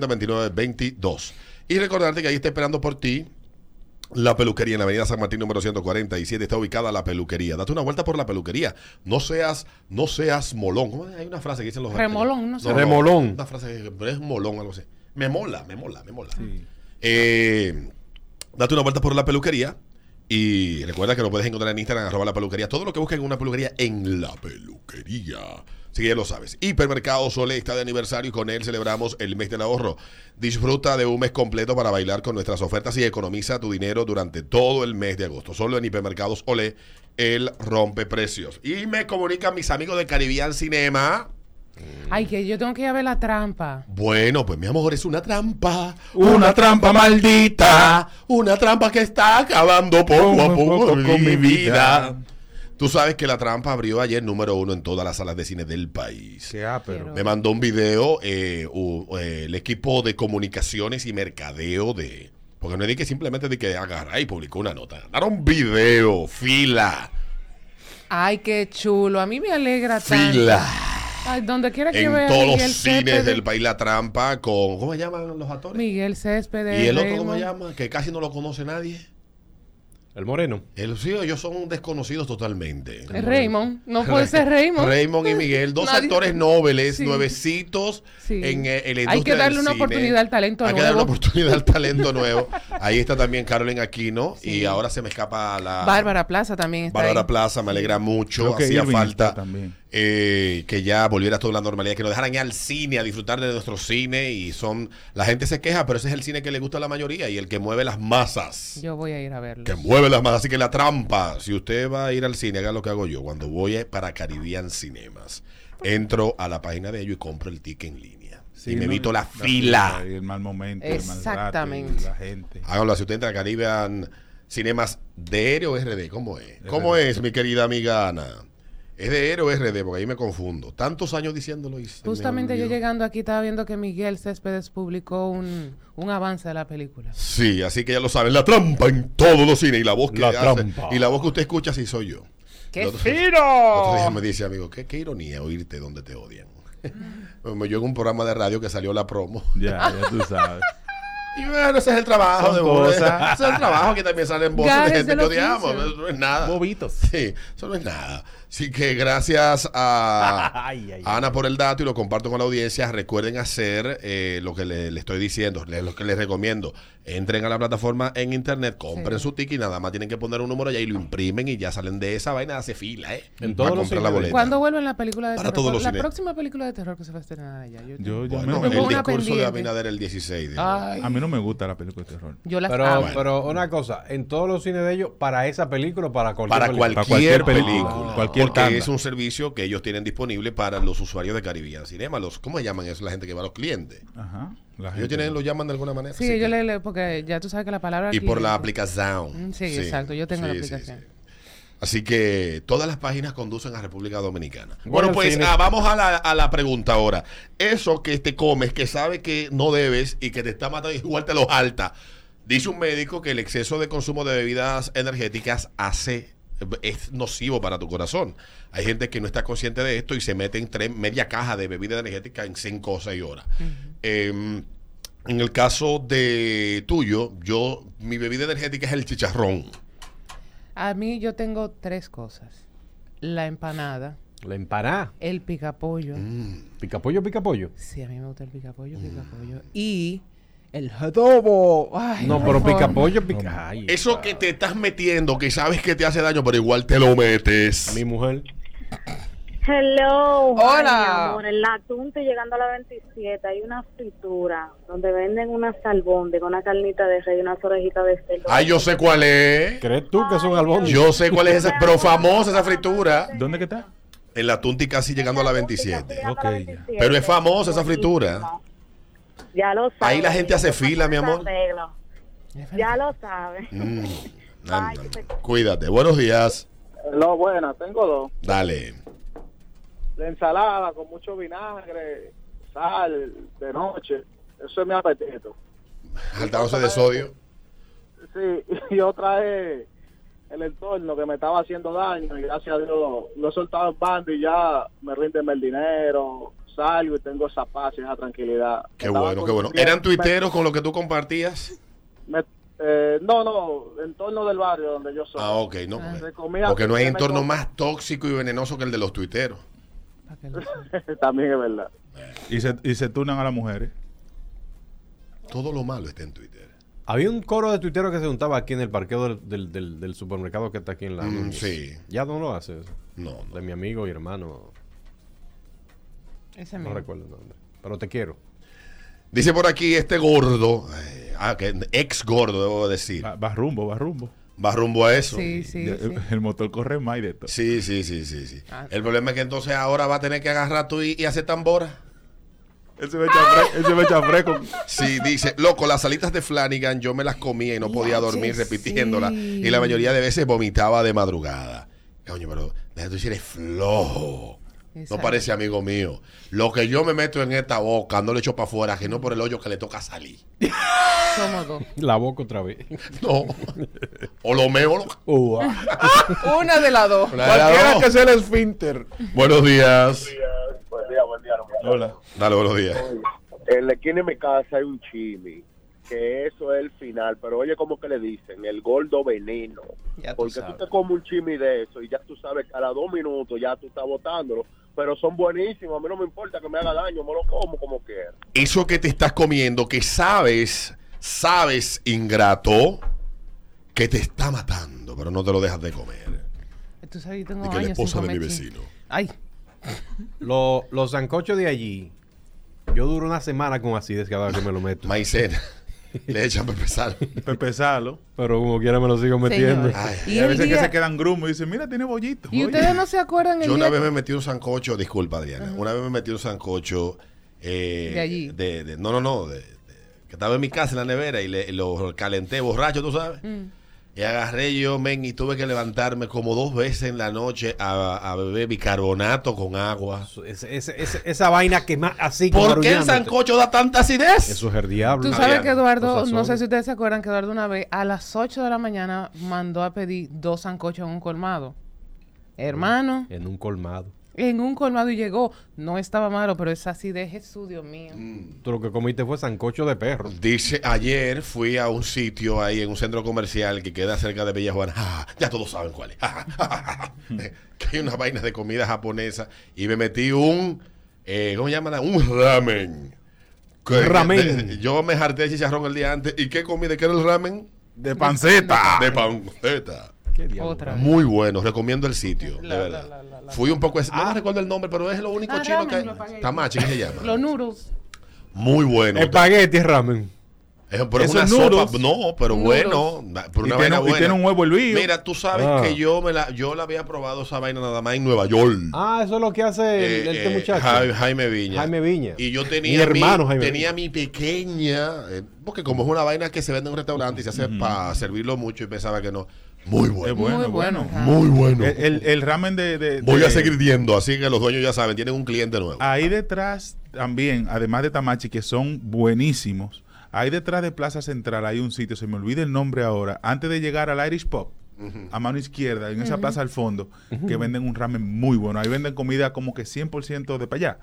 829-570-2922. Y recordarte que ahí está esperando por ti la peluquería en la Avenida San Martín número 147 está ubicada la peluquería. Date una vuelta por la peluquería. No seas, no seas molón. ¿Cómo es? Hay una frase que dicen los Remolón, no sé. Remolón. Una frase que pero es molón, algo así. Me mola, me mola, me mola. Eh, date una vuelta por la peluquería y recuerda que lo puedes encontrar en Instagram, arroba la peluquería. Todo lo que busques en una peluquería, en la peluquería. Así que ya lo sabes. Hipermercado Sole está de aniversario y con él celebramos el mes del ahorro. Disfruta de un mes completo para bailar con nuestras ofertas y economiza tu dinero durante todo el mes de agosto. Solo en Hipermercados Ole, el rompe precios. Y me comunican mis amigos de Caribbean Cinema. Ay, que yo tengo que ir a ver la trampa. Bueno, pues mi amor, es una trampa. Una trampa maldita. Una trampa que está acabando poco a poco con mi vida. Tú sabes que la trampa abrió ayer número uno en todas las salas de cine del país. ah, Me mandó un video eh, u- eh, el equipo de comunicaciones y mercadeo de. Porque no es de que simplemente de que agarra y publicó una nota. Mandaron video, fila, Ay, qué chulo. A mí me alegra tanto. fila. Ay, donde quiera que En vea todos los Miguel cines Céspedes. del país la trampa con. ¿Cómo se llaman los actores? Miguel Céspedes. ¿Y el otro cómo se Raymond. llama? Que casi no lo conoce nadie. El moreno. El, sí, ellos son desconocidos totalmente. Eh, Raymond. No puede ser Raymond. Raymond y Miguel, dos Nadie- actores nobles, Sí. nuevecitos Sí. en, eh, en la industria Hay que del darle una cine. oportunidad al talento Hay que darle nuevo. una oportunidad al talento nuevo. Ahí está también Carolyn Aquino y ahora se me escapa la Bárbara Plaza también está Bárbara ahí. Plaza, me alegra mucho. Creo que Hacía Irving falta está también. eh, que ya volviera toda la normalidad, que nos dejaran ir al cine a disfrutar de nuestro cine y son la gente se queja, pero ese es el cine que le gusta a la mayoría y el que mueve las masas. Yo voy a ir a verlo. Que mueve las manos. Así que la trampa. Si usted va a ir al cine, haga lo que hago yo. Cuando voy a- para Caribbean Cinemas, entro a la página de ellos y compro el ticket en línea. Sí, y me ¿no? evito la, fila. Y el mal momento, el mal rato, Exactamente. y la gente. Háganlo así. Usted entra a Caribbean Cinemas de R o RD. ¿Cómo es? ¿Cómo es, mi querida amiga Ana? Es de R o RD, porque ahí me confundo. Tantos años diciéndolo y se me Justamente yo olvidó. llegando aquí estaba viendo que Miguel Céspedes publicó un, un avance de la película. Sí, así que ya lo saben. La trampa en todos los cines. Y la voz que La hace- trampa. Y la voz que usted escucha, sí soy yo. ¡Qué El otro- fino! Otro día me dice, amigo, qué, qué ironía oírte donde te odian. Bueno, yo en un programa de radio que salió la promo. Ya, ya tú sabes. Y bueno, ese es el trabajo Son de uno. Ese cosas. es el trabajo que también sale en voces Gajes de gente del que odiamos. oficio. Eso no es nada. Bobitos. Sí, eso no es nada. Así que gracias a a Ana por el dato y lo comparto con la audiencia. Recuerden hacer eh, lo que le, le estoy diciendo, le- lo que les recomiendo. Entren a la plataforma en internet, compren su ticket y nada más tienen que poner un número allá y lo imprimen y ya salen de esa vaina, hace fila, ¿eh? En Para todos los comprar la cines. boleta. ¿Cuándo vuelve la película de Para terror? todos los la cine- próxima película de terror que se va a estrenar allá. Yo, Yo, yo Bueno, me- el Tengo una discurso de pendiente. Abinader el 16. dijo. Ay. A mí no me gusta la película de terror. Yo las pero, amo. pero una cosa, en todos los cines de ellos, para esa película o para cualquier para película? cualquier, película. cualquier porque tanda. es un servicio que ellos tienen disponible para los usuarios de Caribbean Cinema. Los, ¿Cómo se llaman eso? La gente que va a los clientes. Ajá. La Ellos gente- tienen, lo llaman de alguna manera. Sí, así yo que- le, le- porque ya tú sabes que la palabra... y por la cliente- aplicación. Mm, Sí, exacto, yo tengo la sí, sí, aplicación. sí. Así que todas las páginas conducen a República Dominicana. Voy Bueno, al pues cine. ah, vamos a la, a la pregunta ahora. Eso que te comes, que sabes que no debes y que te está matando, igual te lo alta. Dice un médico que el exceso de consumo de bebidas energéticas hace es nocivo para tu corazón. Hay gente que no está consciente de esto y se mete en tres, media caja de bebida energética en cinco o seis horas. Em, en el caso de tuyo, yo mi bebida energética es el chicharrón. A mí yo tengo tres cosas. La empanada, La empanada. el picapollo. Mm. Picapollo, picapollo. Sí, a mí me gusta el picapollo, picapollo. Y el Oh, adobo. Ay, No, por pero favor. picapollo, pica. Ay, Eso que te estás metiendo, que sabes que te hace daño, pero igual te lo metes. Mi mujer. Hello. Hola. Ay, mi amor, en la Tunte llegando a la 27 hay una fritura donde venden unas albóndigas, una carnita de rey, unas orejitas de cerdo. Ay, yo sé cuál es. ¿Crees tú que son albóndigas? Yo sé cuál es esa, pero famosa esa fritura. ¿Dónde que está? En la Tunti casi llegando a la 27. Ok, ya. Pero es famosa esa fritura. Ya lo sabes. Ahí la gente hace fila, mi amor. Arreglo. Ya lo sabes. Mm, ándale. Cuídate. Buenos días. No, buena, tengo dos. Dale. La ensalada con mucho vinagre, sal, de noche. Eso es mi apetito. Saltándose de sodio. Sí, y otra es el entorno que me estaba haciendo daño y gracias a Dios lo he soltado en bando y ya me rinden el dinero, salgo y tengo esa paz y esa tranquilidad. Qué bueno, qué bueno. ¿Eran tuiteros con lo que tú compartías? Me- eh, no, no, entorno del barrio donde yo soy. Ah, ok, no. De Porque, comida- porque no hay me entorno com- más tóxico y venenoso que el de los tuiteros. También es verdad. Y se, y se turnan a las mujeres. Todo lo malo está en Twitter. Había un coro de tuiteros que se juntaba aquí en el parqueo del, del- del- del supermercado que está aquí en la. Mm, Núñez. sí. Ya no lo hace eso. No, De mi amigo y hermano. Ese No mismo. recuerdo el nombre. Pero te quiero. Dice por aquí este gordo, eh, ah, que ex gordo, debo decir. Va, va rumbo, va rumbo. Va rumbo a eso. eh, Sí, sí, De- sí. El motor corre más y de todo. Sí, sí, sí, sí. sí. Ah, El problema es que entonces ahora va a tener que agarrar tú y, y hacer tambora. Él se me echa fre- él se me echa fresco. Sí, dice, loco, las salitas de Flanagan yo me las comía y no podía dormir sí. repitiéndolas. Y la mayoría de veces vomitaba de madrugada. Coño, pero deja tú decir, eres flojo. No Exacto. parece amigo mío. Lo que yo me meto en esta boca no le echo para afuera, que no por el hoyo que le toca salir. Somos dos. La boca otra vez. No. O lo meo. o lo- Ah, Una de las dos. Una de las dos. sea el esfínter. Buenos días. Buen día, buen día. Hola. Dale, buenos días. En la esquina de mi casa hay un chimi, que eso es el final, pero oye como que le dicen, el gordo veneno. Porque tú te comes un chimi de eso y ya tú sabes que a las dos minutos ya tú estás botándolo, pero son buenísimos, a mí no me importa que me haga daño, me lo como como quiera. eso que te estás comiendo, que sabes, sabes, ingrato, que te está matando, pero no te lo dejas de comer. Tú sabes, yo tengo Y años que la sin esposa de mi comer chile. vecino. Ay, Lo- los zancochos de allí. Yo duro una semana con acidez cada vez que me lo meto. Maicena. Le echan pepe sal. Pepe Salo. Pero como quiera me lo sigo metiendo. Ay, Y Y a el veces que día- se quedan grumos y dicen, mira, tiene bollito. y oye". ustedes no se acuerdan el Yo una día- vez me metí un sancocho, disculpa Adriana, una vez me metí un sancocho eh, De allí. de- de- no, no, no, de- de- que estaba en mi casa en la nevera y le- lo calenté borracho, tú sabes. Mm. Y agarré yo, men, y tuve que levantarme como dos veces en la noche a, a beber bicarbonato con agua. Ese- ese- ese- esa vaina que más así ¿Por qué el marullándote. sancocho da tanta acidez? Eso es el diablo. Tú sabes que Eduardo, Los no sé azogues. si ustedes se acuerdan que Eduardo una vez a las 8 de la mañana mandó a pedir dos sancochos en un colmado. Hermano, En un colmado. en un colmado y llegó. No estaba malo, pero es así de Jesús, Dios mío. Tú lo que comiste fue sancocho de perro. Dice, ayer fui a un sitio ahí en un centro comercial que queda cerca de Bella Juana. Ah, ya todos saben cuál es. Ah, ah, ah, que hay una vaina de comida japonesa. Y me metí un, eh, ¿cómo llaman? Un ramen. Que- Ramen. de- yo me harté de chicharrón el día antes. ¿Y qué comí? ¿De qué era el ramen? De panceta. De panceta. ¿Qué diablo? Otra vez. Muy bueno, recomiendo el sitio, de verdad. Fui un poco... Ah, No recuerdo el nombre, pero es lo único Ah, chino ramen, lo que... pagué. Tamachi, ¿qué se llama? Los noodles. Muy bueno. Espagueti es este ramen. Es, pero es Eso una es sopa, noodles. no, pero bueno, pero Y tiene una vaina un- y buena. tiene un huevo hervido. Mira, tú sabes Ah. que yo me la, yo la había probado esa vaina nada más en Nueva York. Ah, eso es lo que hace el, Eh, este eh, muchacho. Ja- Jaime Viña. Jaime Viña. Y yo Mi tenía hermano Jaime tenía mi pequeña, eh, porque como es una vaina que se vende en un restaurante y se hace para servirlo mucho y pensaba que no. Muy bueno. Muy bueno. Muy bueno. El, Eh, el- el ramen de, de- Voy de- a seguir viendo, así que los dueños ya saben, tienen un cliente nuevo. Ahí detrás también, además de Tamachi, que son buenísimos. Ahí detrás de Plaza Central hay un sitio, se me olvida el nombre ahora, antes de llegar al Irish Pop, a mano izquierda, en esa Ujú. plaza al fondo, que Ujú. venden un ramen muy bueno. Ahí venden comida como que 100% de para allá.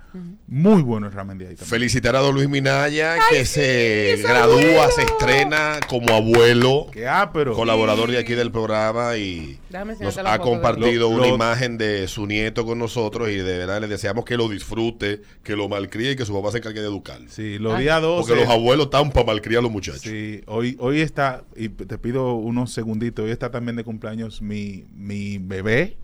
Muy bueno el ramen de ahí. Felicitar a don Luis Minaya, que se es gradúa, abuelo. se estrena como abuelo, ápero. colaborador de aquí del programa y Déjame enseñarte nos la ha foto de- compartido Lo- una lo- imagen de su nieto con nosotros y de verdad le deseamos que lo disfrute, que lo malcríe y que su papá se encargue de educarlo. Sí, los días 12. Porque los abuelos están para malcriar a los muchachos. Sí, hoy, hoy está, y te pido unos segunditos, hoy está también de cumpleaños mi, mi bebé,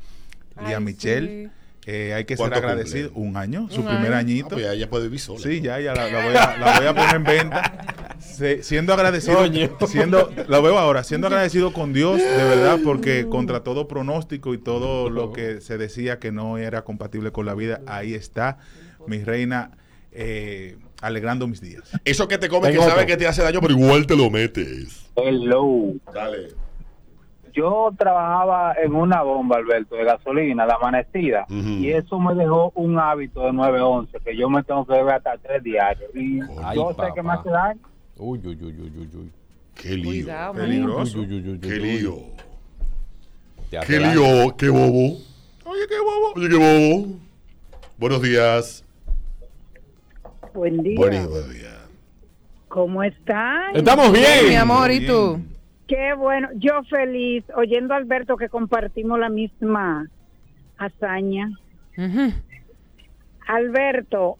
Lía Michelle. Eh, hay que ser ¿Cuánto agradecido. Un año, su primer año. añito. Ah, pues ya ella puede vivir sola. Sí, ya, ya la, la voy, a, la voy a poner en venta. Se- siendo agradecido, Coño. siendo, la veo ahora, siendo agradecido con Dios, de verdad, porque contra todo pronóstico y todo lo que se decía que no era compatible con la vida, ahí está mi reina eh, alegrando mis días. Eso que te comes que sabe que te hace daño, pero igual te lo metes. Hello. Dale. Yo trabajaba en una bomba, Alberto, de gasolina, la amanecida, y eso me dejó un hábito de 9-11, que yo me tengo que beber hasta tres diarios. Y Ay, yo sé papá. que me hace daño. Uy, uy, uy, uy, uy, uy. Qué lío. Cuidado, man. Uy, uy, uy, uy, Qué uy. lío. Te hace Qué daño. lío, qué bobo. Oye, qué bobo. Oye, qué bobo. Buenos días. Buen día. Buen día, buen ¿Cómo están? Estamos bien. Bien, mi amor, ¿y tú? Qué bueno. Yo feliz oyendo a Alberto que compartimos la misma hazaña. Alberto,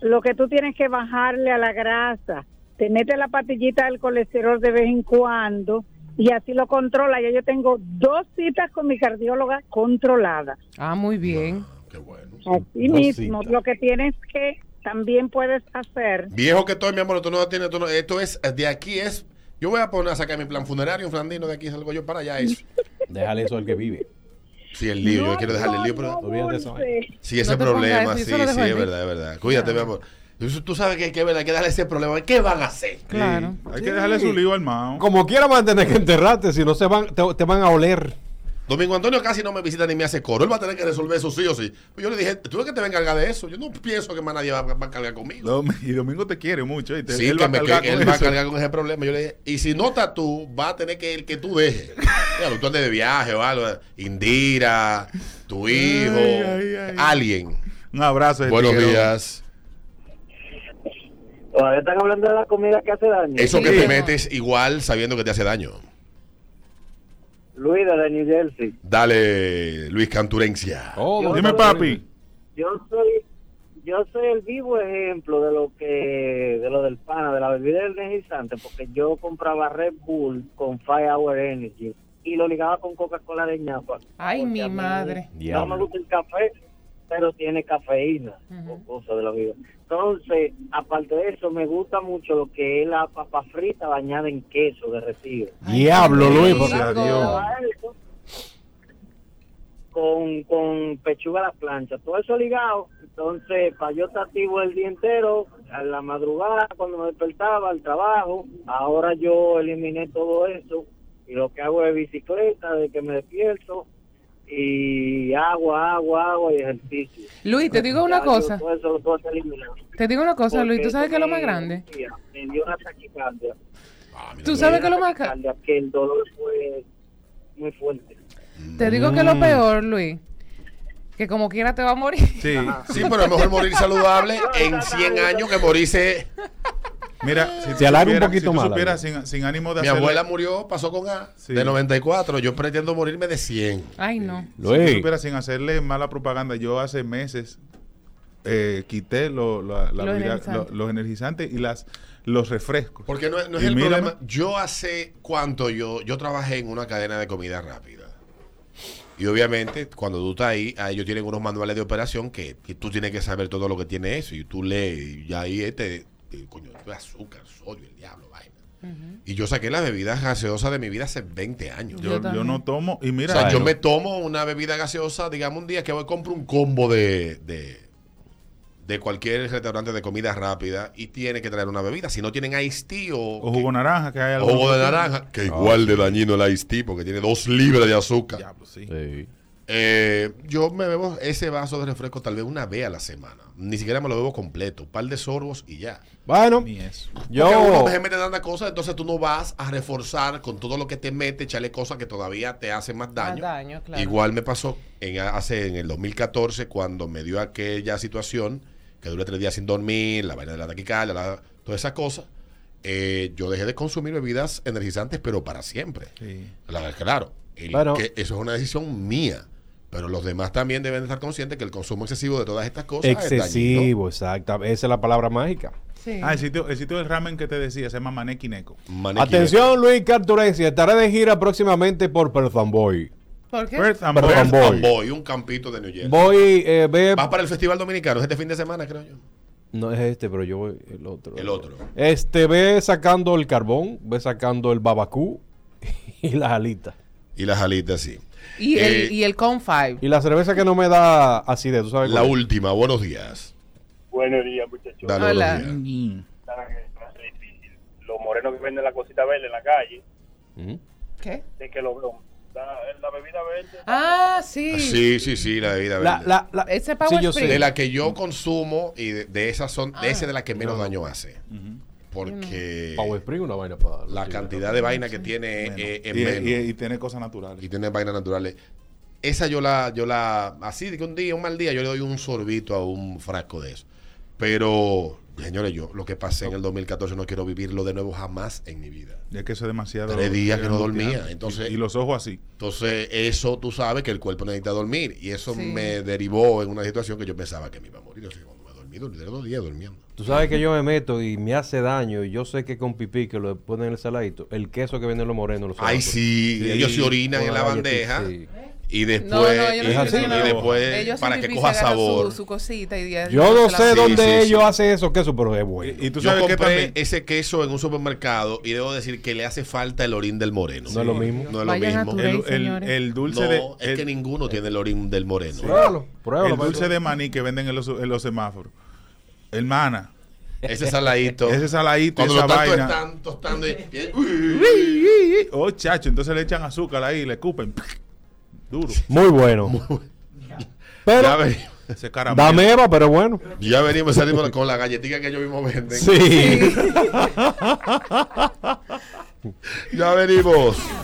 lo que tú tienes que bajarle a la grasa, te mete la patillita del colesterol de vez en cuando y así lo controla. Ya yo tengo dos citas con mi cardióloga controladas. Ah, muy bien. Así Dos mismo, citas. lo que tienes que también puedes hacer Viejo que estoy, mi amor, tú no tienes, tú no- esto es, de aquí es, yo voy a poner a sacar mi plan funerario, un flandino, de aquí salgo yo para allá, eso. Déjale eso al que vive. Sí, el lío, yo quiero dejarle el lío, pero... Olvídate de esa vaina. Sí, ese problema, sí, sí, es verdad, es verdad. Cuídate, Ah. mi amor. Tú- Tú sabes que hay que, ver, hay que darle ese problema. ¿Qué van a hacer? Claro. Hay que dejarle su lío al mao. Como quiera van a tener que enterrarte, si no se van, te, te van a oler. Domingo Antonio casi no me visita ni me hace coro. Él va a tener que resolver eso sí o sí. Pero yo le dije, tú es que te va a encargar de eso. Yo no pienso que más nadie va, va a cargar conmigo. Dom- y Domingo te quiere mucho. ¿oíste? Sí, que me- que él va a eso. cargar con ese problema. Yo le dije, y si no estás tú, va a tener que el que tú dejes. Claro, tú andes de viaje o algo. Indira, tu hijo, alguien. Un abrazo. ese Buenos tigrón. días. Todavía están hablando de la comida que hace daño. Eso que te metes igual sabiendo que te hace daño. Luis, de New Jersey. Dale, Luis Canturencia. Yo Oh, Dime, soy- papi. Yo soy, yo soy el vivo ejemplo de lo que, de lo del pana, de la bebida energizante, porque yo compraba Red Bull con Fire Hour Energy y lo ligaba con Coca-Cola de ñapa. Ay, mi madre. No me gusta el café, pero tiene cafeína o cosas de la vida. Entonces, aparte de eso, me gusta mucho lo que es la papa frita bañada en queso derretido. Diablo, Luis. por- Con, con pechuga a la plancha, todo eso ligado. Entonces, para yo estar activo el día entero, a la madrugada, cuando me despertaba, al trabajo. Ahora yo eliminé todo eso y lo que hago es bicicleta, de que me despierto y agua, agua, agua y ejercicio. Luis, te digo una Ya yo cosa. Todo eso lo puedo estar eliminando. Te digo una cosa, Luis, Porque ¿tú sabes eso qué es lo me- más grande? Me dio una taquicardia. ¿Tú sabes qué es lo más grande? Que el dolor fue muy fuerte. Te digo que lo peor, Luis, que como quiera te va a morir. Sí. Sí, pero es mejor morir saludable en 100 años que morirse. Mira, si tú Se alarga un supieras- poquito si tú más, supieras sin, sin ánimo de Mi hacer- abuela murió, pasó con A, Sí. de 94. Yo pretendo morirme de 100. Ay, no. Si Luis. tú supieras, sin hacerle mala propaganda, yo hace meses eh, quité lo- la- la Los bebida- energizantes. lo- los energizantes y las los refrescos. Porque no, es- no es Y el mírame. problema. Yo hace cuánto yo, yo trabajé en una cadena de comida rápida. Y obviamente, cuando tú estás ahí, a ellos tienen unos manuales de operación que, que tú tienes que saber todo lo que tiene eso. Y tú lees, y ahí este, eh, coño, esto es azúcar, sodio, el diablo, vaina. Y yo saqué las bebidas gaseosas de mi vida hace 20 años. Yo- Yo yo también. no tomo, y mira- O sea, yo Claro. me tomo una bebida gaseosa, digamos, un día que voy compro un combo de, de, de cualquier restaurante de comida rápida y tiene que traer una bebida. Si no tienen iced tea o, O jugo naranja, que hay o algunos jugo de que- naranja, que Ah, igual de sí. dañino el iced tea porque tiene dos libras de azúcar. Diablo, pues sí. Eh, yo me bebo ese vaso de refresco tal vez una vez a la semana. Ni siquiera me lo bebo completo. Un par de sorbos y ya. Bueno, Porque a uno yo. se mete tanta cosa, entonces tú no vas a reforzar con todo lo que te mete, echarle cosas que todavía te hacen más daño. Más daño, claro. Igual me pasó en, hace, en el 2014 cuando me dio aquella situación que duré tres días sin dormir, la vaina de la taquicardia, la- todas esas cosas. eh, yo dejé de consumir bebidas energizantes, pero para siempre. La- claro, el Bueno. que eso es una decisión mía. Pero los demás también deben estar conscientes que el consumo excesivo de todas estas cosas es dañino. Excesivo, exactamente. Esa es la palabra mágica. Ah, el sitio, el sitio del ramen que te decía se llama Mané Kineko. Atención, Luis Carturencia. Estará de gira próximamente por Perth and Boy. ¿Por qué? Perth and Perth and Boy. Boy, un campito de New Jersey. Voy, eh, ve- Vas para el Festival Dominicano, es este fin de semana, creo yo. No es este, pero yo voy el otro. El otro. Este, ve sacando el carbón, ve sacando el babacú y las alitas. Y las alitas, sí. Y, Eh, el, y el Con Five. Y la cerveza que no me da acidez, ¿tú sabes La cuál es? última, buenos días. Buenos días, muchachos. Dale, Hola. buenos Los morenos que venden la cosita verde en la calle, ¿Qué? de que lo veo. La, la bebida verde. Ah, sí. Sí, sí, sí, la bebida verde. Ese Power Spring. Ah. De la que yo consumo y de, de esas son, de esa de la que menos daño hace. Porque Power Spring, una vaina para. la cantidad de vaina que tiene eh, es Y- menos. y- y tiene cosas naturales. Y tiene vainas naturales. Esa yo la, yo la, así de que un día, un mal día, yo le doy un sorbito a un frasco de eso. Pero, señores, yo lo que pasé en el 2014 no quiero vivirlo de nuevo jamás en mi vida. Ya que eso es demasiado. ¿ah? Tres días que no dormía. angustiante. Entonces, y, y los ojos así. Entonces, eso tú sabes que el cuerpo necesita dormir. Y eso Sí. me derivó en una situación que yo pensaba que me iba a morir. O sea, cuando me dormí, dormí duré dos días durmiendo. Tú sabes que yo me meto y me hace daño. Y yo sé que con pipí que lo ponen en el saladito, el queso que venden los morenos. Los Ay, sí, ellos se orinan con en la galletita, bandeja. sí. Y después, No, no, yo no y, sé por qué y no. después Ellos para sí que pipí se coja agarran sabor. Su, su cosita y ya- Yo no sé Sí, dónde sí, ellos hacen eso, queso, pero es bueno. Y tú yo sabes que compré también. ese queso en un supermercado y debo decir que le hace falta el orín del moreno. No es lo mismo. No es lo Vayan a mismo. tu ley, El- el- señores. el dulce No, de- es que ninguno tiene el orín del moreno. Pruébalo, pruébalo, el maestro. dulce de maní que venden en los, en los semáforos. Hermana. Ese saladito. Ese saladito. y Cuando lo esa están vaina. tostando, tostando y- Oh, chacho. Entonces le echan azúcar ahí y le escupen. Duro. Muy bueno. Pero. Ya ve- Ese caramelo. Dame Eva, pero bueno. Ya venimos salimos con la galletita que ellos mismos venden. Sí. ya venimos.